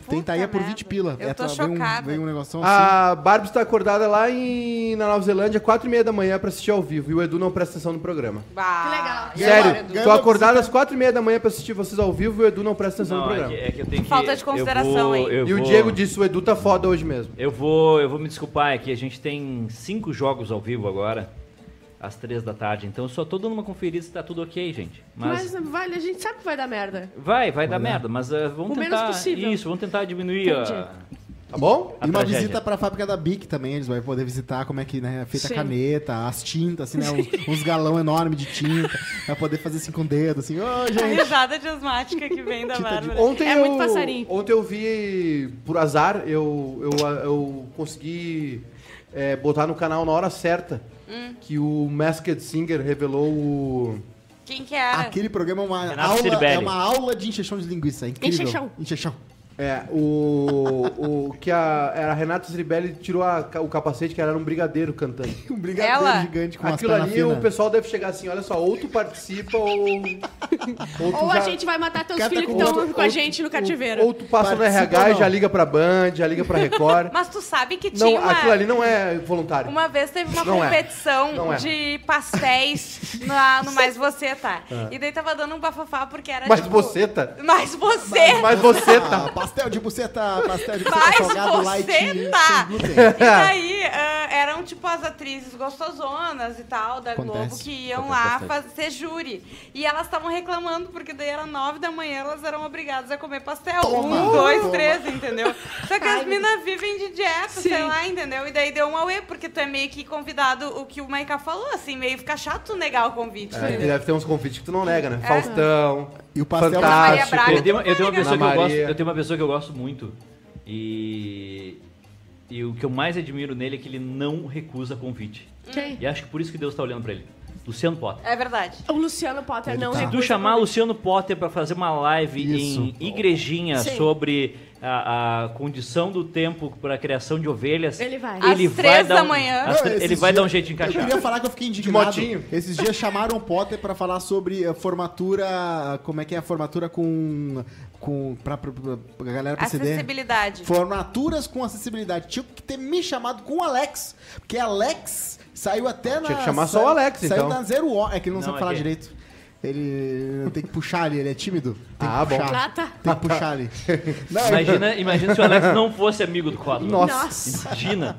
Tem Puta Tainha por merda. 20 pila. Eu é, tô vem um- chocada. Vem um negócio assim. A Barbie está acordada lá em, na Nova Zelândia, 4 e meia da manhã, pra assistir ao vivo. E o Edu não presta atenção no programa. Bah. Que legal. E agora, Sério, Edu? tô acordado às 4 e meia da manhã pra assistir vocês ao vivo e o Edu não presta atenção Não, no é Tá um programa. que, é que eu tenho que- Falta de eu consideração vou- aí. eu E o vou- Diego disse, o Edu tá foda hoje mesmo. Eu vou, eu vou me desculpar, é que a gente tem cinco jogos ao vivo agora, às três da tarde, então eu só tô dando uma conferida se tá tudo ok, gente. Mas, Mas vale, a gente sabe que vai dar merda. vai, vai dar merda, mas eh, vamos O menos tentar. possível. Isso, vamos tentar diminuir a. Tá bom? a E uma tragédia. visita pra fábrica da Bic também, eles vão poder visitar como é que né, é feita Sim. a caneta, as tintas, assim, né? Uns, uns galão enorme de tinta. Vai poder fazer assim com o dedo, assim, ô A gente. risada de asmática que vem Tipo, da Bárbara. Ontem É eu, muito passarinho. Ontem eu vi, por azar, eu, eu, eu consegui é, botar no canal na hora certa Hum. que o Masked Singer revelou o... Quem que era? Aquele programa é uma Renato aula, Ciribelli. é uma aula de enchechão de linguiça, é incrível. Enchechão. Enchechão. (laughs) É, o. o que a, era a Renata Zribelli tirou a ca- o capacete, que era um brigadeiro cantando. Um brigadeiro Ela- gigante com Aquilo umas ali, pernas o finas. pessoal deve chegar assim, olha só, ou tu participa ou... Ou, tu Ou a já- gente vai matar teus Cata filhos que com estão outro- com a gente no cativeiro. Ou, ou tu passa no Participa RH e já não. liga pra Band, já liga pra Record. Mas tu sabe que tinha não, uma... aquilo ali não é voluntário. Uma vez teve uma Não é. Não competição é. de pastéis na- no Mais Você, tá? E daí tava dando um bafafá porque era Mas tipo... É. é. você tá... Mais Você! Mas você tá... Ah, pastel de buceta, pastel de buceta Mas salgado, light, você sem tá! glúten. E daí ah, eram tipo as atrizes gostosonas e tal da Acontece, Globo que iam acontece lá bastante. faz- ser júri. E elas estavam reclamando porque daí era nove da manhã elas eram obrigadas a comer pastel. Toma, um, dois, toma. três, entendeu? Só que Ai, as meu minas vivem de dieta, sei Sim. lá, entendeu? E daí deu um auê, porque tu é meio que convidado o que o Maiká falou, assim, meio fica chato negar o convite. É, entendeu? deve ter uns convites que tu não nega, né? Faustão, E o pastel Ana É. Maria Fantástico. Braga. Eu tenho, eu tenho uma pessoa que eu Ana gosto, Maria. eu tenho uma pessoa que eu gosto muito. E e o que eu mais admiro nele é que ele não recusa convite. Quem? E acho que por isso que Deus tá olhando pra ele. Luciano Potter. É verdade. O Luciano Potter Ele não tá. Se recusa. tu chamar Luciano Potter pra fazer uma live Isso. em igrejinha Sim. sobre a, a condição do tempo pra criação de ovelhas, Ele vai. Ele Às vai três dar da um- manhã. às Não, tre- ele esses vai dias- dar um jeito de encaixar. Eu queria falar que eu fiquei indignado. motinho. Esses dias chamaram o Potter pra falar sobre eh, formatura, como é que é a formatura com com pra, pra, pra- pra galera pra CD. Acessibilidade. Formaturas com acessibilidade. Tinha que ter me chamado com o Alex, porque Alex saiu até na Tinha que chamar só o Alex, saiu então. na zero hora, é que ele não, Não, sabe é falar que- direito. Ele tem que puxar ali, ele é tímido. Tem Ah, que bom. puxar. Ah, tá. Tem que puxar (laughs) ali. Não, Imagina, imagina se o Alex não fosse amigo do quadro. Nossa. Nossa. Imagina.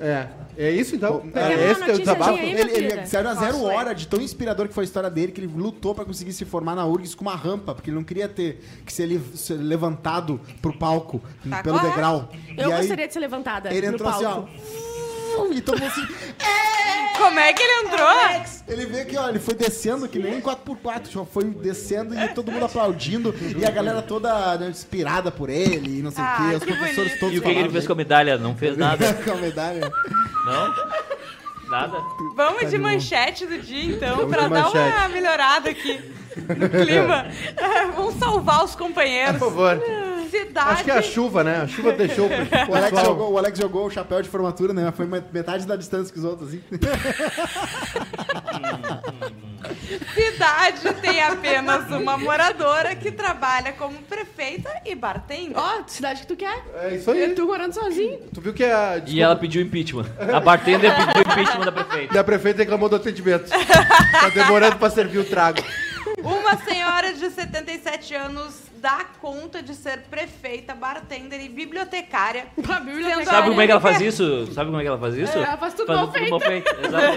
É. É isso então? uma É esse teu notícia desabafo? de aí. Ah, Ele, minha ele querida? saiu a zero Posso ler? hora de tão inspirador que foi a história dele, que ele lutou pra conseguir se formar na URGS com uma rampa, porque ele não queria ter que ser, li- ser levantado pro palco, Tá pelo correto. degrau. Eu e aí, gostaria de ser levantada. ele no entrou assim, ó. palco. (laughs) E todo mundo assim. Como é que ele entrou? Ele veio aqui, ó, ele foi descendo que nem 4x4, só foi descendo e todo mundo aplaudindo, e a galera toda né, inspirada por ele, e não sei o Ah, quê, os que professores bonito. todos. E o que que ele falaram fez com a dele. medalha? Não (laughs) fez nada. com a medalha? Não? Nada. Vamos de manchete do dia, então, Vamos pra de dar uma manchete. melhorada aqui no (laughs) clima. Vamos salvar os companheiros. Por favor. Cidade. Acho que é a chuva, né? A chuva deixou o O Alex, pessoal... jogou, o Alex jogou o chapéu de formatura, né? mas Foi metade da distância que os outros, assim. Cidade tem apenas uma moradora que trabalha como prefeita e bartender. Ó, cidade que tu quer. É isso aí. Eu tô morando sozinho. Tu viu que a, E ela pediu impeachment. A bartender pediu impeachment da prefeita. e a prefeita reclamou (laughs) do atendimento. tá demorando pra servir o trago. Uma senhora de 77 anos dá conta de ser prefeita, bartender e bibliotecária. Pra bibliotecária. Sendo a Sabe como é que ela faz única- isso? Sabe como é que ela faz isso? É, ela faz tudo mal feito. Exato.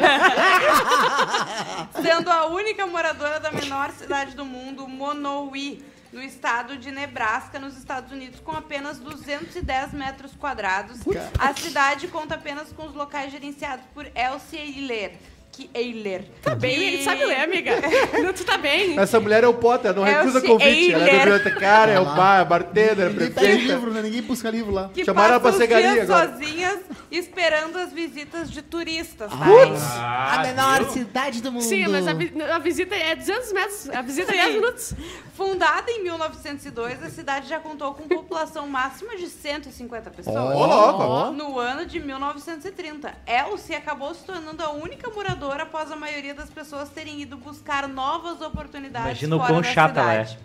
sendo a única moradora da menor cidade do mundo, Monowi, no estado de Nebraska, nos Estados Unidos, com apenas 210 metros quadrados. A cidade conta apenas com os locais gerenciados por Elsie Eiler. Que Eiler. Tá Bem, ele sabe ler, (laughs) amiga. Não, tu tá bem. Essa mulher é o Potter, não É o recusa Ci- convite. Ela é Eiler. bibliotecária, é o bar, é bartender, é Ninguém pede prefeita. livro, né? Ninguém busca livro lá. Que passa Chamaram ela pra os cegaria dias agora. sozinhas esperando as visitas de turistas, tá? Ah, viu? cidade do mundo. Sim, mas a, vi- a visita é 200 metros. A visita é 10 Sim. minutos. Fundada em 1902, a cidade já contou com população máxima de 150 pessoas. Ó, louco, ó. No ano de 1930, Elsie acabou se tornando a única moradora após a maioria das pessoas terem ido buscar novas oportunidades Imagina o fora quão da chata ela é. cidade.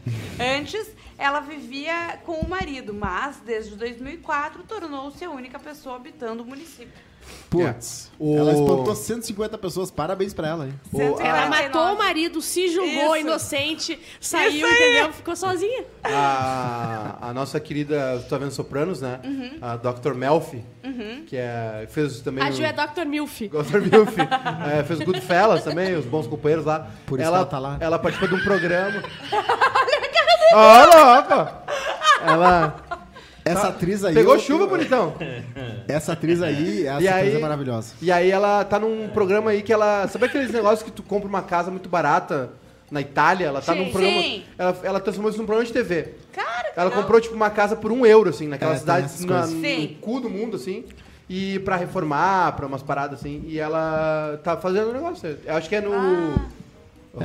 Antes, ela vivia com o marido, mas desde 2004 tornou-se a única pessoa habitando o município. Putz. O- É. Ela espantou 150 pessoas. Parabéns pra ela, hein? O- Ela a, matou o marido, se julgou Isso. inocente, saiu, entendeu? Ficou sozinha. a- a nossa querida, tu tá vendo Sopranos, né? A Dr. Melfi, que é, fez também... Uhum. A o- Ju é Dr. Milf. Gotham Milf. (laughs) É, fez Goodfellas também, os bons companheiros lá. Por isso ela, que ela tá lá. Ela participa de um (laughs) programa. Olha a cara Ela Essa atriz Tá aí. pegou eu- chuva, bonitão. Essa atriz (laughs) aí, essa E atriz aí- é maravilhosa. E aí ela tá num programa aí que ela... Sabe aqueles negócios que tu compra uma casa muito barata na Itália? Ela tá Sim. num programa... Sim. Ela, ela transformou isso num programa de TV. Cara, que Ela legal. comprou, tipo, uma casa por um euro, assim, naquela É, tem cidade, essas na- coisas. no Sim. cu do mundo, assim. E pra reformar, pra umas paradas, assim. E ela tá fazendo um negócio. Eu acho que é no...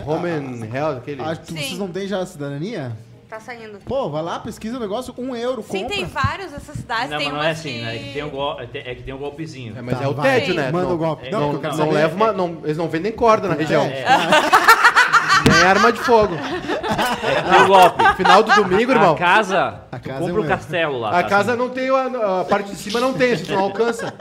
Home and Health, aquele... Ah, tu, Sim. vocês não têm já cidadania? Tá saindo. Pô, vai lá, pesquisa o negócio, um euro, Sim, compra. tem vários dessas cidades. Não, tem mas não umas é assim, que... né? É que tem um, gol- é que- é que tem um golpezinho. É, mas Tá, é o vai. tédio, né? Manda não, o golpe. Não, Não, não, eu quero não saber. leva uma. não- eles não vendem corda na região. É. (laughs) Nem arma de fogo. É que tem um golpe. Final do domingo, irmão. A casa, A tu casa é compra um o erro. castelo lá. A tá? casa não tem, a, a parte de cima não tem, a gente não alcança.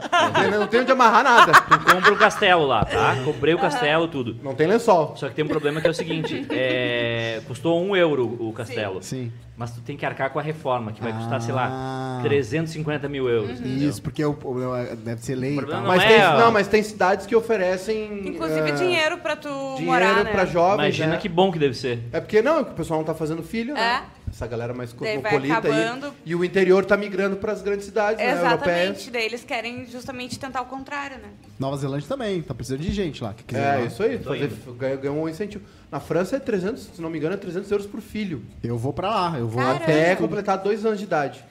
Não tem onde amarrar nada. Tu compra o castelo lá, (laughs) tá? Comprei o castelo, tudo. Não tem lençol. Só que tem um problema que é o seguinte: é, custou um euro o castelo. Sim. Mas tu tem que arcar com a reforma, que vai custar, sei lá, Ah. 350 mil euros. Isso, porque o, o- deve ser lei. e problema tal. não Mas, é, tem, ó. não, mas tem cidades que oferecem. Inclusive eh, dinheiro pra tu dinheiro morar, né? pra jovens. Imagina né? que bom que deve ser. É porque não, o pessoal não tá fazendo filho, né? Essa galera mais É. Daí vai cosmopolita aí. acabando. E o interior tá migrando pras grandes cidades, né? Europeias. Exatamente. Daí eles querem justamente tentar o contrário, né? Nova Zelândia também, tá precisando de gente lá. Que quiser ir É, lá. isso aí. Tô Fazer, ganha- ganha um incentivo. Na França é 300, se não me engano, é 300 euros por filho. Eu vou pra lá, eu vou Caramba. Até até. completar dois anos de idade.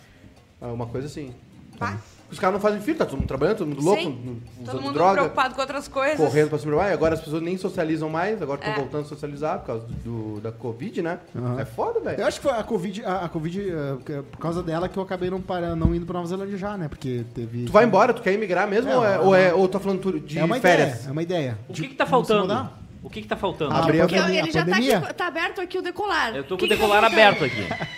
É uma coisa assim. Pá. Os caras não fazem filho, tá todo mundo trabalhando, todo mundo louco, Sim. Todo usando mundo droga. preocupado com outras coisas. correndo pra cima Ah, e pra baixo. Agora as pessoas nem socializam mais, agora estão É. voltando a socializar por causa do, do- da Covid, né? Aham. É foda, velho. Eu acho que foi a Covid, a, a Covid, eh, por causa dela que eu acabei não, para, não indo pra Nova Zelândia já, né? Porque teve. Tu vai embora, tu quer emigrar mesmo É, ou, é, é ou, é, ou tá falando tu- de É uma férias? ideia, é uma ideia. O De- que que tá de se faltando? mudar. O que que tá faltando? Ah, Abrir a a- Porque pandemia, ele a já tá, pandemia. aqui, tá aberto aqui o decolar. Eu tô O com que o que decolar tá faltando? aberto aqui.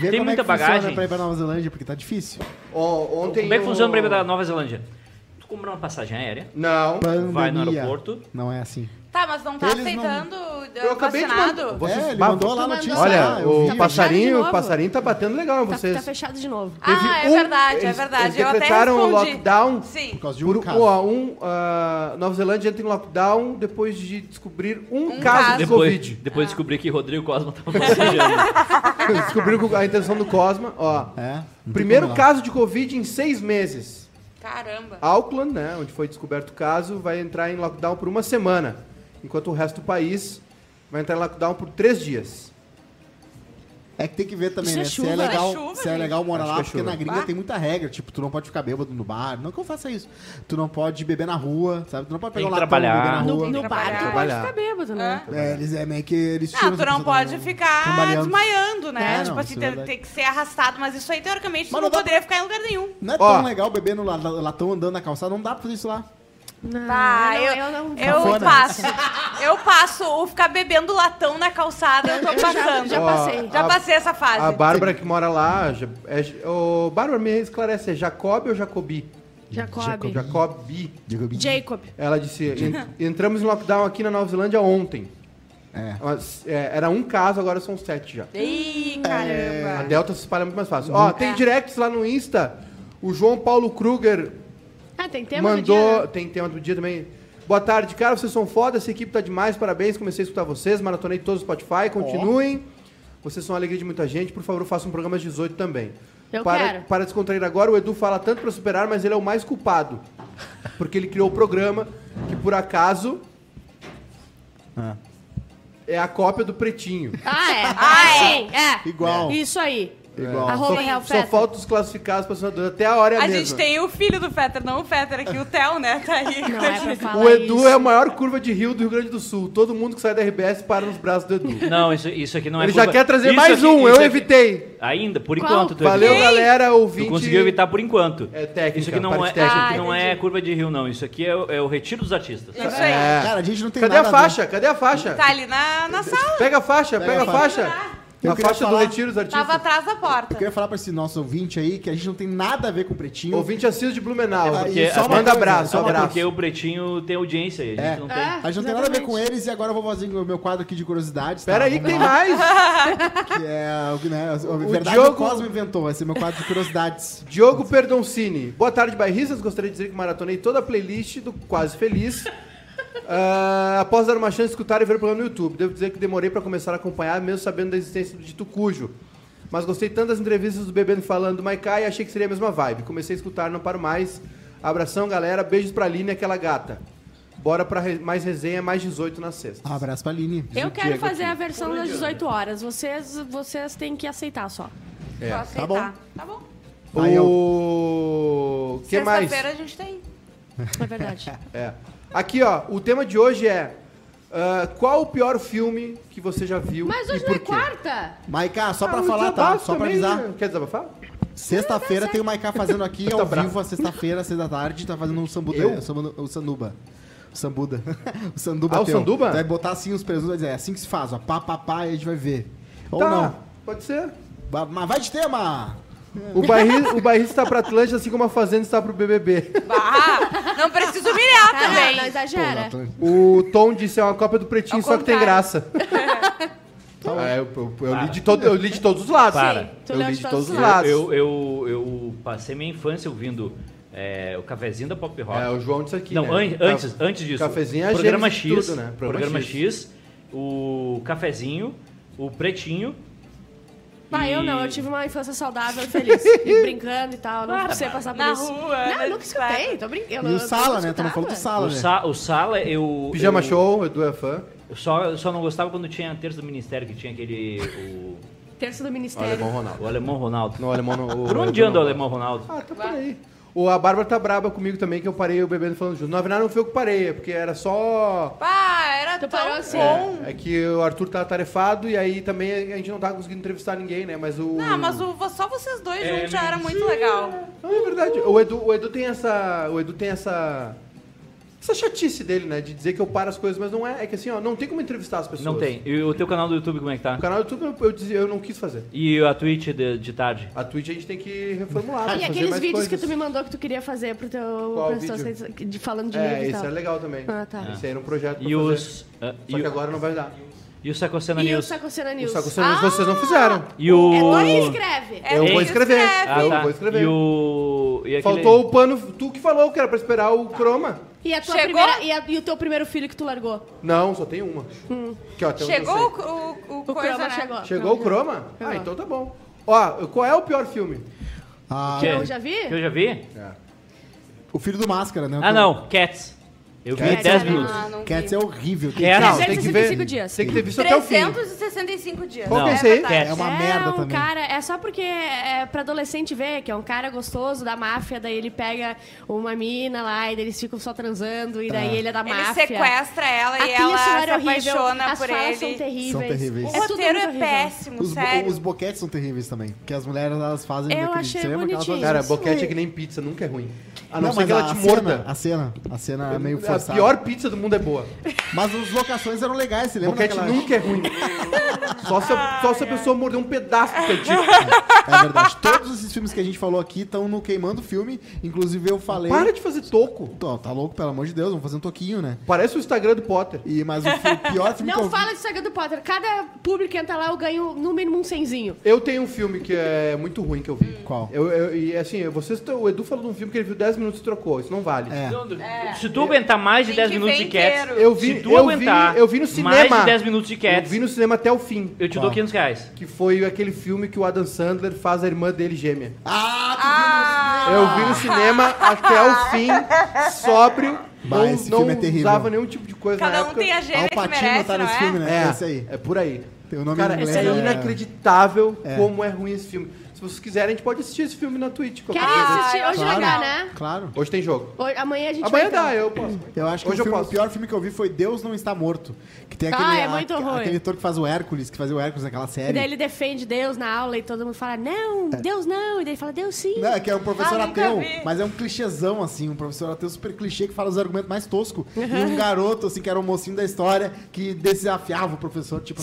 Vê Tem como muita é que funciona bagagem? pra ir pra Nova Zelândia, porque tá difícil. Ó, ontem Como é que eu- funciona o prêmio da Nova Zelândia? Tu compra uma passagem aérea, Não. Pandemia. vai no aeroporto. Não é assim. Tá, mas não tá Eles não- aceitando uh, Eu acabei de vacinado? Vocês- é, ele bah, mandou lá a tu notícia. mandou. Olha, lá, eu o vi. pass- Tá passarinho, fechado de o passarinho tá batendo legal em Tá, vocês. tá fechado de novo. Teve Ah, é um- verdade, é eles- verdade. eles Eu até decretaram respondi. lockdown Sim. Por causa de Por um um, caso. ó, um, ah, Nova Zelândia entra em lockdown depois de descobrir um, Um caso, caso. de Depois, Covid. Ah. depois descobri que Rodrigo Cosma tá tava (laughs) passagem. (laughs) Descobriram que a intenção do Cosma, ó. É, não tem Primeiro como não. caso de Covid em seis meses. Caramba. Ah, Auckland, né, onde foi descoberto o caso, vai entrar em lockdown por uma semana, enquanto o resto do país vai entrar em lockdown por três dias. É que tem que ver também, Isso é né? se é chuva. legal, É chuva, se é gente. legal morar Acho lá, que é porque chuva. na gringa Bah. tem muita regra. Tipo, tu não pode ficar bêbado no bar. Não que eu faça isso. Tu não pode beber na rua, sabe? Tu não pode Tem pegar um que latão trabalhar. e beber na rua. No, no bar, tu pode Trabalhar. ficar bêbado, né? É, eles é meio que eles tiram Não, tu essa não pessoa pode da- ficar cambaleando. desmaiando, né? É, não, tipo assim, isso é tem, verdade. tem que ser arrastado, mas isso aí, teoricamente, tu Mas não, não dá poderia ficar em lugar nenhum. Não é Ó. tão legal beber no la- la- latão andando na calçada, não dá pra fazer isso lá. Não, Tá, Ah, não, eu, eu, não. Cafona. passo. Eu passo o ficar bebendo latão na calçada, eu tô já, passando. já Ó, passei. Já a- passei essa fase. A Bárbara que mora lá, já- é, o Bárbara me esclarece, é Jacob ou Jacobi? Jacob. Jacobi. Digo, Jacob. Ela disse, "En- entramos em lockdown aqui na Nova Zelândia ontem. É. Mas, é, era um caso, agora são sete já. Ih, A caramba. Delta se espalha muito mais fácil. Ó, tem directs lá no Insta. O João Paulo Kruger Ah, tem tema do mandou. dia? Tem tema do dia também. Boa tarde, cara. Vocês são foda, essa equipe tá demais, parabéns. Comecei a escutar vocês, maratonei todos os Spotify, continuem. Vocês são a alegria de muita gente, por favor, façam um programa às 18 também. Eu para, quero. para descontrair agora, o Edu fala tanto pra superar, mas ele é o mais culpado. Porque ele criou o programa que por acaso é a cópia do pretinho. Ah, é. Ah, sim, é. Igual. Isso aí. Igual. Arroba Real Só Feta. falta os classificados patrocinadores até a hora é a A mesma. gente tem o filho do Fetter, não o Fetter aqui, o Theo, né? Tá aí. Não é (laughs) pra falar O Edu isso. é a maior curva de rio do Rio Grande do Sul. Todo mundo que sai da RBS para nos braços do Edu. Não, isso, isso aqui não é Ele já culpa- quer trazer Isso mais aqui- um, isso eu aqui- evitei. Ainda, por Qual? enquanto. tu Valeu, evitou. galera, Tu ouvinte. conseguiu evitar por enquanto. É técnica, Isso aqui não, parte é, isso técnica. aqui não Ah, é entendi. curva de rio, não. Isso aqui é, o- é o retiro dos artistas. Isso aí. É. Cara, a gente não tem Cadê nada a ver. faixa? Cadê a faixa? Tá ali na, na sala. Pega a faixa, pega, a a faixa. Eu a queria faixa do falar- Retiro dos Artistas. Tava atrás da porta. Eu queria falar pra esse nosso ouvinte aí que a gente não tem nada a ver com o Pretinho. Ouvinte Assis de Blumenau. É porque- E é só porque- manda abraço, é Só abraço. porque o Pretinho tem audiência e a gente É. não tem. É. A gente não tem nada a ver Exatamente. com eles e agora eu vou fazer o meu quadro aqui de curiosidades. tá? Espera aí que Vamos tem lá, (laughs) mais. Que é o que, né, a verdade Diogo- o Cosmo inventou. Esse é meu quadro de curiosidades. Diogo Perdoncini. Boa tarde, bairristas. Gostaria de dizer que maratonei toda a playlist do Quase Feliz. Ah, após dar uma chance de escutar e ver o programa no YouTube. Devo dizer que demorei pra começar a acompanhar, mesmo sabendo da existência do dito cujo. Mas gostei tanto das entrevistas do Bebendo e Falando do Maikai e achei que seria a mesma vibe. Comecei a escutar, não paro mais. Abração, galera. Beijos pra Aline, aquela gata. Bora pra re- mais resenha, mais 18 na sexta. Um Abraço pra Aline. Eu quero Diego fazer aqui. a versão é das 18 horas. Vocês, vocês têm que aceitar só. É, Só Tá aceitar. bom. Tá bom. Aí eu- O... que mais? (laughs) tá Sexta-feira a gente tem. É verdade. É. Aqui, ó, o tema de hoje é Ah, qual o pior filme que você já viu Mas e hoje por não é quê? quarta. Maiká, só pra Ah, um falar, tá? desabafo Só pra também, avisar. né? Quer desabafar? Sexta-feira tem o Maiká fazendo aqui ao bravo. vivo, a sexta-feira, às seis da tarde, tá fazendo um sambuda. Eu? um sambu- O sanduba. O sambuda. (laughs) o sanduba Ah, o teu. sanduba? Vai botar assim os presuntos, vai dizer, é assim que se faz, ó. Pá, pá, pá, e a gente vai ver. Ou tá, não. pode ser. Ba- Mas vai de tema! O bairri, o bairrista está pra Atlântica, assim como a Fazenda está pro BBB. Bah, não preciso humilhar tá? Ah, não, também. não exagera. Pô, Natan, O Tom disse é uma cópia do Pretinho, Ao só que tem contrário. graça. Ah, eu, eu- eu li de todo- eu li de todos os lados. Para. Sim, tu Eu leu li de todos os Eu- lados. Eu, eu, eu passei minha infância ouvindo é, o cafezinho da Pop Rock. É, o João disse aqui. Não, né? an- antes, antes disso. Cafezinho é a Programa gênese de X, tudo, né? Programa Programa, X. o Cafezinho, o Pretinho. Mas e- Ah, eu não, eu tive uma infância saudável e (laughs) feliz. E brincando e tal, não precisei passar por Na isso. rua, não, na eu nunca bicicleta. escutei, tô brincando. E eu o nunca Sala, né? Tu não escutava. falou do Sala, O, né? Sa- o Sala, eu. Pijama eu- Show, Edu é fã. eu Só, eu só não gostava quando tinha a terça do Ministério, que tinha aquele. O, Terça do O Ministério. Alemão Ronaldo. o Alemão Ronaldo. Não, o Alemão não. o- Por onde o- anda o Alemão Ronaldo? Ah, tá por aí. O, a Bárbara tá braba comigo também, que eu parei o bebendo falando junto. Na verdade, não foi eu que parei, é porque era só. Pá, era Tu tão parou assim? bom. É que o Arthur tá atarefado e aí também a gente não tá conseguindo entrevistar ninguém, né? Mas o. Não, mas o- só vocês dois juntos já era muito legal. Não, é verdade. O Edu, o Edu tem essa. O Edu tem essa. Essa chatice dele, né? De dizer que eu paro as coisas, mas não é. É que assim, ó, não tem como entrevistar as pessoas. Não tem. E o teu canal do YouTube, como é que tá? O canal do YouTube eu, eu, dizia- eu não quis fazer. E a Twitch de, de tarde? A Twitch a gente tem que reformular. pra E fazer aqueles mais vídeos que coisas. tu me mandou que tu queria fazer pro teu. Qual pras tuas vídeo? redes- de, falando de livro É, e esse tal. era legal também. Ah, tá. Esse aí era um projeto pra E fazer. os. ah, Só e, que o- agora não vai dar. e o Sacocena E o News? Sacocena News. Só que os ah, vocês não fizeram. E o. É tu que escreve. É eu tu vou que escrever. escreve. eu Ah, tá. vou escrever. E o. e aquele- Faltou o pano. Tu que falou que era pra esperar o croma. E, a tua Chegou? primeira- e, a- e o teu primeiro filho que tu largou. Não, só tem uma. Aqui, ó, tem um que Hum. eu Chegou sei. o, o, o O coisa, Croma né? chegou. Chegou o croma? Ah, então tá bom. Ó, qual é o pior filme? Ah, Que- eu já vi? Que eu já vi? o filho do Máscara, né? Ah, não. Cats. Eu vi em Cats, 10 eu minutos. Ah, não Cats vi. é horrível. Cats. Não, Não, tem que ver. 365 dias. Tem que ter visto até o fim. 365 dias. Qual que é É esse aí? verdade. É uma é merda um também. cara, é só porque é pra adolescente ver que é um cara gostoso da máfia, daí ele pega uma mina lá e daí eles ficam só transando e Tá. daí ele é da Ele máfia. sequestra ela A e trilha ela sonora se é horrível, apaixona as por falas ele. são terríveis. São terríveis. O É tudo roteiro muito é horrível. péssimo, Os, bo- sério. os boquetes são terríveis também. Porque as mulheres, elas fazem... Eu daquele- achei Você lembra aquelas- bonitinho. Cara, Isso boquete é é- que nem pizza, nunca é ruim. A não, mas ser que ela te morda. Cena, a cena, a cena é meio a forçada. pior pizza do mundo é boa. Mas as locações eram legais, você (laughs) lembra Boquete daquela... nunca é (laughs) ruim. Só se, a, só se a pessoa morder um pedaço (laughs) do petisco. (laughs) É verdade. Todos esses filmes que a gente falou aqui estão no Queimando Filme. Inclusive, eu falei... Para de fazer toco. Tô, tá louco, pelo amor de Deus, vamos fazer um É. (laughs) um é. né? toquinho, né? tá né? É, é um assim, um assim, Ah, um é? um é assim, um tipo É. é um É um é um um é tipo é tipo assim, (laughs) né, É, É um é eh, Tipo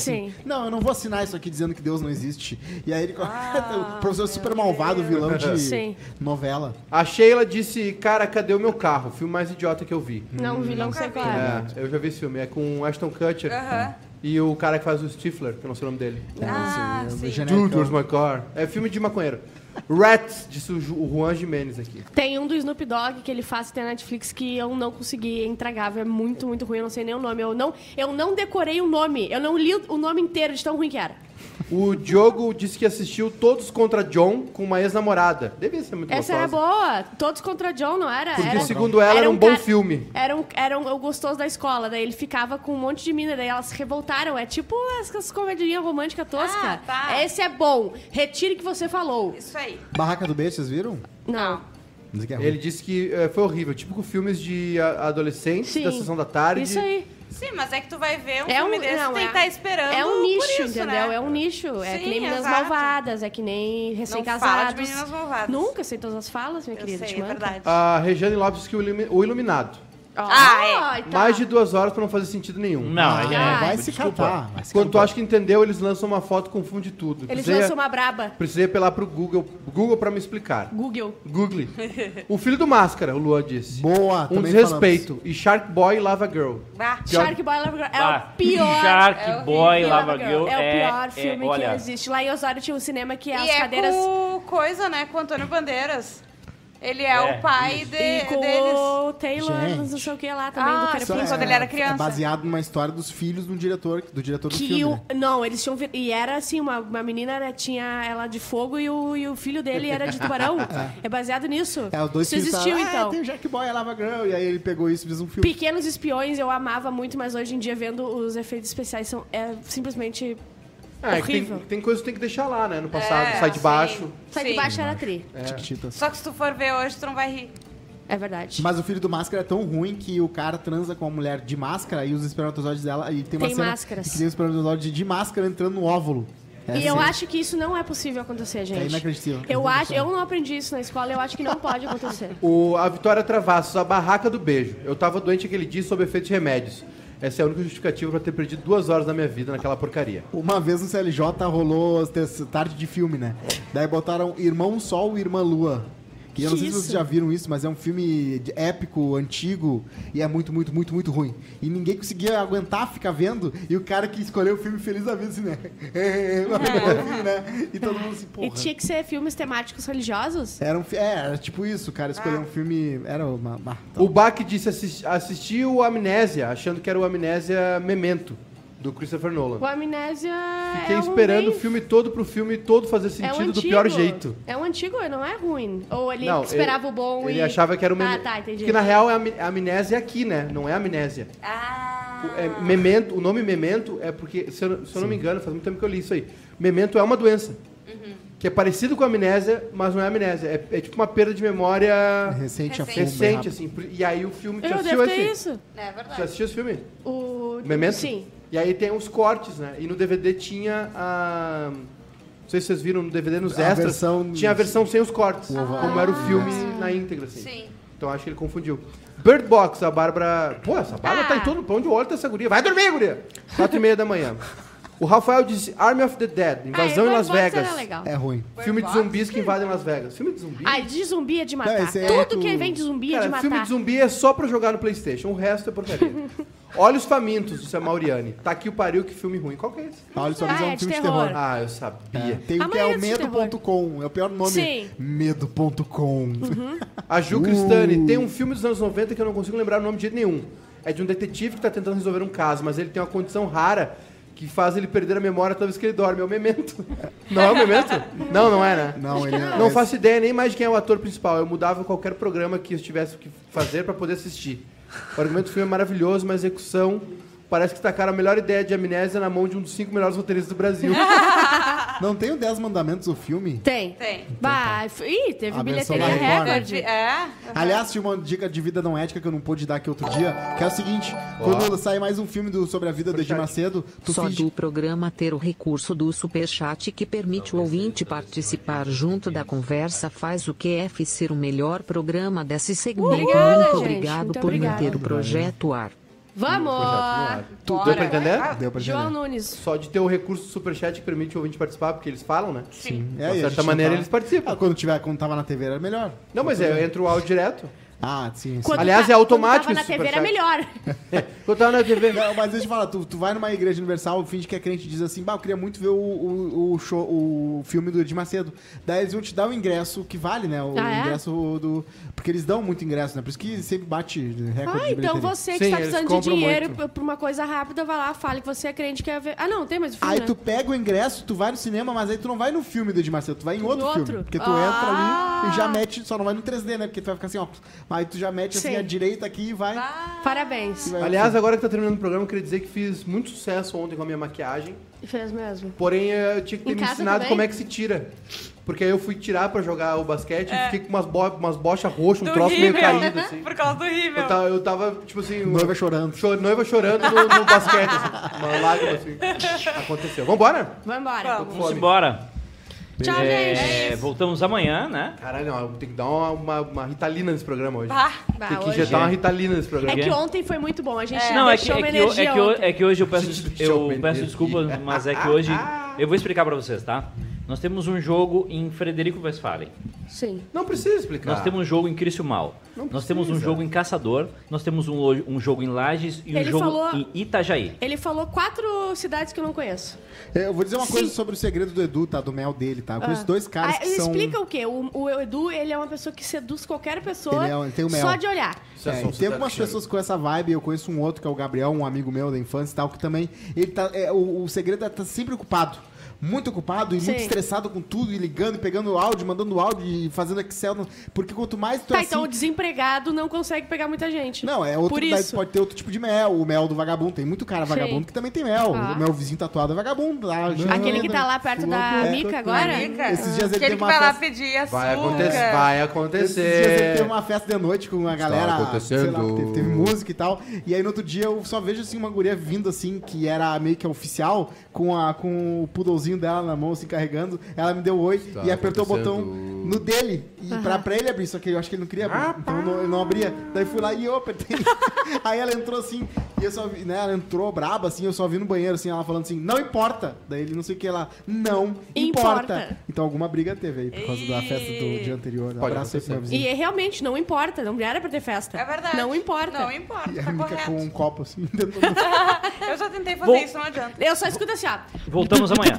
Sim, mas é que tu vai ver É um filme um- desse, não, tem é- que estar esperando É um por nicho, isso, entendeu? né? É um nicho. é Sim, que nem Meninas exato. Malvadas, é que nem fala de recém-casados. Meninas Malvadas. Nunca sei todas as falas, minha Eu querida. sei, te é manca. verdade. A Regiane Lopes que o ilumi- o Iluminado. Ah, é. Mais de duas horas pra não fazer sentido nenhum. Não, é, Ah, desculpa. vai se catar. vai se Quando tu catar. acha que entendeu, eles lançam uma foto e confunde tudo. Eles Precisei- lançam uma braba. Precisei apelar pro Google, Google pra me explicar. Google. (laughs) Google. O filho do Máscara, o Luan disse. Boa, um também desrespeito. E Shark Boy e Lava Girl. Ah, Pior- Shark Boy Lava Girl é Ah, o pior. Shark é o Boy filme Lava da Girl É o pior filme é, olha, que existe. Lá em Osório tinha um cinema que as e é cadeiras. com o coisa, né? Com o Antônio Bandeiras. Ele é, É, o pai de, E com deles. o Taylor, Gente. não sei o que lá também, Ah, do só- Crepúsculo. quando ele era criança. É baseado numa história dos filhos do diretor, do diretor do Que filme. o, né? não, eles tinham. vi- E era assim, uma, uma menina né, tinha ela de fogo e o, e o filho dele era de (laughs) tubarão. é baseado nisso. Ah. É, os dois Isso filhos existiu, falaram, Ah, então. tem o Jack Boy e a Lava Girl. E aí ele pegou isso e fez um filme. Pequenos espiões eu amava muito, mas hoje em dia, vendo os efeitos especiais, são é simplesmente Ah, é que horrível. tem, tem coisas que tem que deixar lá, né? No passado, É, sai de sim. baixo. Sai Sim. de baixo era tri. É. Chiquititas. Só que se tu for ver hoje, tu não vai rir. É verdade. Mas o filho do máscara é tão ruim que o cara transa com a mulher de máscara e os espermatozoides dela. E tem uma Tem cena máscaras. que tem os espermatozoides de máscara entrando no óvulo. É e eu assim. acho que isso não é possível acontecer, gente. inacreditável. Eu, acho, eu não aprendi isso na escola, eu acho que não pode acontecer. O, a Vitória Travassos, a barraca do beijo. Eu tava doente aquele dia sob efeitos de remédios. Essa é a única justificativa pra ter perdido duas horas da minha vida naquela porcaria. Uma vez no CLJ rolou as tes- tarde de filme, né? Daí botaram Irmão Sol e Irmã Lua. Que eu não Que sei se vocês isso? já viram isso, mas é um filme de- épico, antigo, e é muito, muito, muito, muito ruim. E ninguém conseguia aguentar ficar vendo, e o cara que escolheu o filme feliz da vida, assim, né? (laughs) né? E todo mundo assim, (laughs) porra. E tinha que ser filmes temáticos religiosos? Era, um, fi- é, era tipo isso, o cara Ah. escolheu um filme. Era uma. uma tá. O Bach disse assis- assistir o Amnésia, achando que era o Amnésia Memento, do Christopher Nolan. O Amnésia Fiquei é um esperando bem- o filme todo pro filme todo fazer é um sentido do antigo. pior jeito. É um antigo, não é ruim. Ou ele Não, esperava ele- o bom Ele e... achava que era o Ah, Memento. tá, entendi. Porque na real é ami- é amnésia aqui, né? Não é amnésia. Ah. O- é memento, o nome memento é porque, se eu, se eu não me engano, faz muito tempo que eu li isso aí. Memento é uma doença. Uhum. Que é parecido com a amnésia, mas não é amnésia. É, é tipo uma perda de memória Recente, a fundo, né? recente, é rápido. assim. Por- E aí o filme. Eu já devo assistiu ter esse? isso. É verdade. Já assistiu esse filme? O... Memento? Sim. E aí tem os cortes, né? E no DVD tinha a. Não sei se vocês viram no DVD nos A extras. versão- Uhum. Tinha a versão sem os cortes. oval. Como Ah. era o filme na íntegra, assim. Sim. Então acho que ele confundiu. Bird Box, a Bárbara. Pô, essa Bárbara Ah. tá em todo pão de óleo essa guria. Vai dormir, guria! Quatro e meia da manhã. O Rafael disse Army of the Dead, Invasão Ah, Bird em Las Box Vegas. Era legal. É ruim. Filme de zumbis que invadem Las Vegas. Filme de zumbi? Ah, de zumbi é de matar. Não, esse é Tudo do- que vem de zumbi é Cara, de matar. filme de zumbi é só pra jogar no Playstation, o resto (laughs) é porcaria. Olhos Famintos, do Sam Mauriani. Tá aqui o pariu, que filme ruim. Qual que é esse? Olha só, mas é Ah, é um de filme de terror. terror. Ah, eu sabia. Tem A o que é o maioria é de medo.com, é o pior nome. Sim. Uhum. Medo.com. A Ju Uh. Cristani tem um filme dos anos 90 que eu não consigo lembrar o nome de jeito nenhum. É de um detetive que tá tentando resolver um caso, mas ele tem uma condição rara que faz ele perder a memória toda vez que ele dorme. É o (laughs) memento. Não é o memento? Não, não é, né? Não, ele Não faço ideia nem mais de quem é o ator principal. Eu mudava qualquer programa que eu tivesse que fazer pra poder assistir. O argumento do filme é maravilhoso, mas a execução parece que tacaram a melhor ideia de amnésia na mão de um dos cinco melhores roteiristas do Brasil. Ah. Não tem o 10 mandamentos o filme? Tem. Tem. Bah, Ih, teve bilheteria A versão da Record. recorde. É? Aliás, tinha uma dica de vida não ética que eu não pude dar aqui outro dia, que é o seguinte: quando sai mais um filme do- sobre a vida do Edir Macedo, tu Só finge. do programa ter o recurso do superchat que permite o ouvinte participar junto da conversa faz o QF ser o melhor programa desse segmento. Obrigada, Muito gente. obrigado Muito por obrigada. manter o projeto ar. Vamos! Tu, deu Bora. pra entender? Deu pra João entender? Nunes. Só de ter o recurso do Superchat que permite o ouvinte participar, porque eles falam, né? Sim. De uma É, e a certa gente maneira não eles participam. Ah, quando, tiver, quando tava na TV era melhor. Não, mas é, entra o áudio direto. Ah, sim. sim. Quando Aliás, ta- é automático quando esse tava na TV era melhor. Ah, superchat. É, Eu tava na (laughs) TV. Não, mas deixa eu falar, tu, tu vai numa igreja universal, finge que é crente e diz assim, bah, eu queria muito ver o, o, o show, o filme do Edir Macedo. Daí eles vão te dar o ingresso que vale, né? O Ah, é? ingresso do. Porque eles dão muito ingresso, né? Por isso que sempre bate recorde. Ah, de então bilheteria. você que Sim, está eles precisando de compram dinheiro muito. pra- pra uma coisa rápida, vai lá, fale que você é crente que quer ver. Ah, não, tem mais o filme, Aí né? tu pega o ingresso, tu vai no cinema, mas aí tu não vai no filme do Edir Macedo, tu vai em outro, outro? filme. Porque tu Ah! entra ali e já mete, só não vai no 3D, né? Porque tu vai ficar assim, ó, Aí tu já mete assim Sim. Ah! a direita aqui e vai. Parabéns. Aliás, agora que tá terminando o programa, eu queria dizer que fiz muito sucesso ontem com a minha maquiagem. Fez mesmo. Porém, eh, eu tinha que ter Em me casa ensinado também? como é que se tira. Porque aí eu fui tirar pra jogar o basquete É. e fiquei com umas, bo umas bochas roxas, um troço meio caído, assim. Por causa do rímel. Eu tava, eu tava, tipo assim, Noiva chorando. cho- noiva chorando no, no basquete, assim. Uma lágrima, assim. Aconteceu. Vambora? Vambora. Vamos. Vamos Fome. embora. Tchau, É, gente. voltamos amanhã, né? Caralho, não, eu tenho que dar uma, uma, uma ritalina nesse programa hoje. Bah. Bah, Tem que hoje- injetar uma ritalina nesse É programa. que ontem foi muito bom. A gente Não, é que, deixou é, uma que, ho- energia é, que, ho- ontem. é que hoje eu Gente, peço, (laughs) deixa eu eu vender peço aqui. desculpas, mas é que (laughs) hoje eu vou explicar pra vocês, tá? Nós temos um jogo em Frederico Westphalen. Sim. Não precisa explicar. Nós temos um jogo em Criciúmal. Nós temos um jogo em Caçador. Nós temos um, lo- um jogo em Lages e um Ele jogo falou- em Itajaí. Ele falou quatro cidades que eu não conheço. É, Eu vou dizer uma coisa Sim. sobre o segredo do Edu, tá? Do mel dele, tá? Eu conheço Ah. dois caras Ah, que são. Explica o quê? O, o Edu, ele é uma pessoa que seduz qualquer pessoa Ele é um- ele tem o mel. só de olhar. Isso é É, só e tem algumas cidade pessoas com essa vibe, eu conheço um outro que é o Gabriel, um amigo meu da infância e tal, que também. Ele tá. é, o, o segredo é tá sempre ocupado. Muito ocupado e Sim. muito estressado com tudo, e ligando, e pegando áudio, mandando áudio e fazendo Excel. no- Porque quanto mais tu Tá, é então o assim- desempregado não consegue pegar muita gente. Não, é outro. Por daí isso. pode ter outro tipo de mel, o mel do vagabundo. Tem muito cara vagabundo Sim. que também tem mel. Ah. O meu vizinho tatuado é vagabundo. lá, Aquele que tá lá perto da É. Mica agora? Mica? Esses dias ele Aquele teve que tá uma vai lá festa- pedir açúcar. Vai acontecer. Vai acontecer. Esses dias ele teve uma festa de noite com uma galera. acontecendo. Sei lá, teve, teve música e tal. E aí no outro dia eu só vejo assim uma guria vindo assim, que era meio que oficial, com, a, com o poodlezinho dela na mão, assim, carregando. Ela me deu oi Está e apertou o acontecendo. botão no dele. E pra, pra ele abrir, só que eu acho que ele não queria abrir. então não, ele não abria. Daí fui lá e eu apertei. aí ela entrou assim, e eu só vi, né? Ela entrou braba, assim, eu só vi no banheiro, assim, ela falando assim, não importa. Daí ele não sei o que, ela, não importa. Importa. Então alguma briga teve aí por causa da festa do dia anterior. Pode Abraço aí pro meu acontecer. vizinho. E é, realmente, não importa. Não era pra ter festa. É verdade. Não importa. Não importa, E tá a Mica correto. com um copo assim (laughs) dentro do Eu já tentei fazer Bom. isso, não adianta. (laughs) Eu só escuto assim, ó. Voltamos amanhã.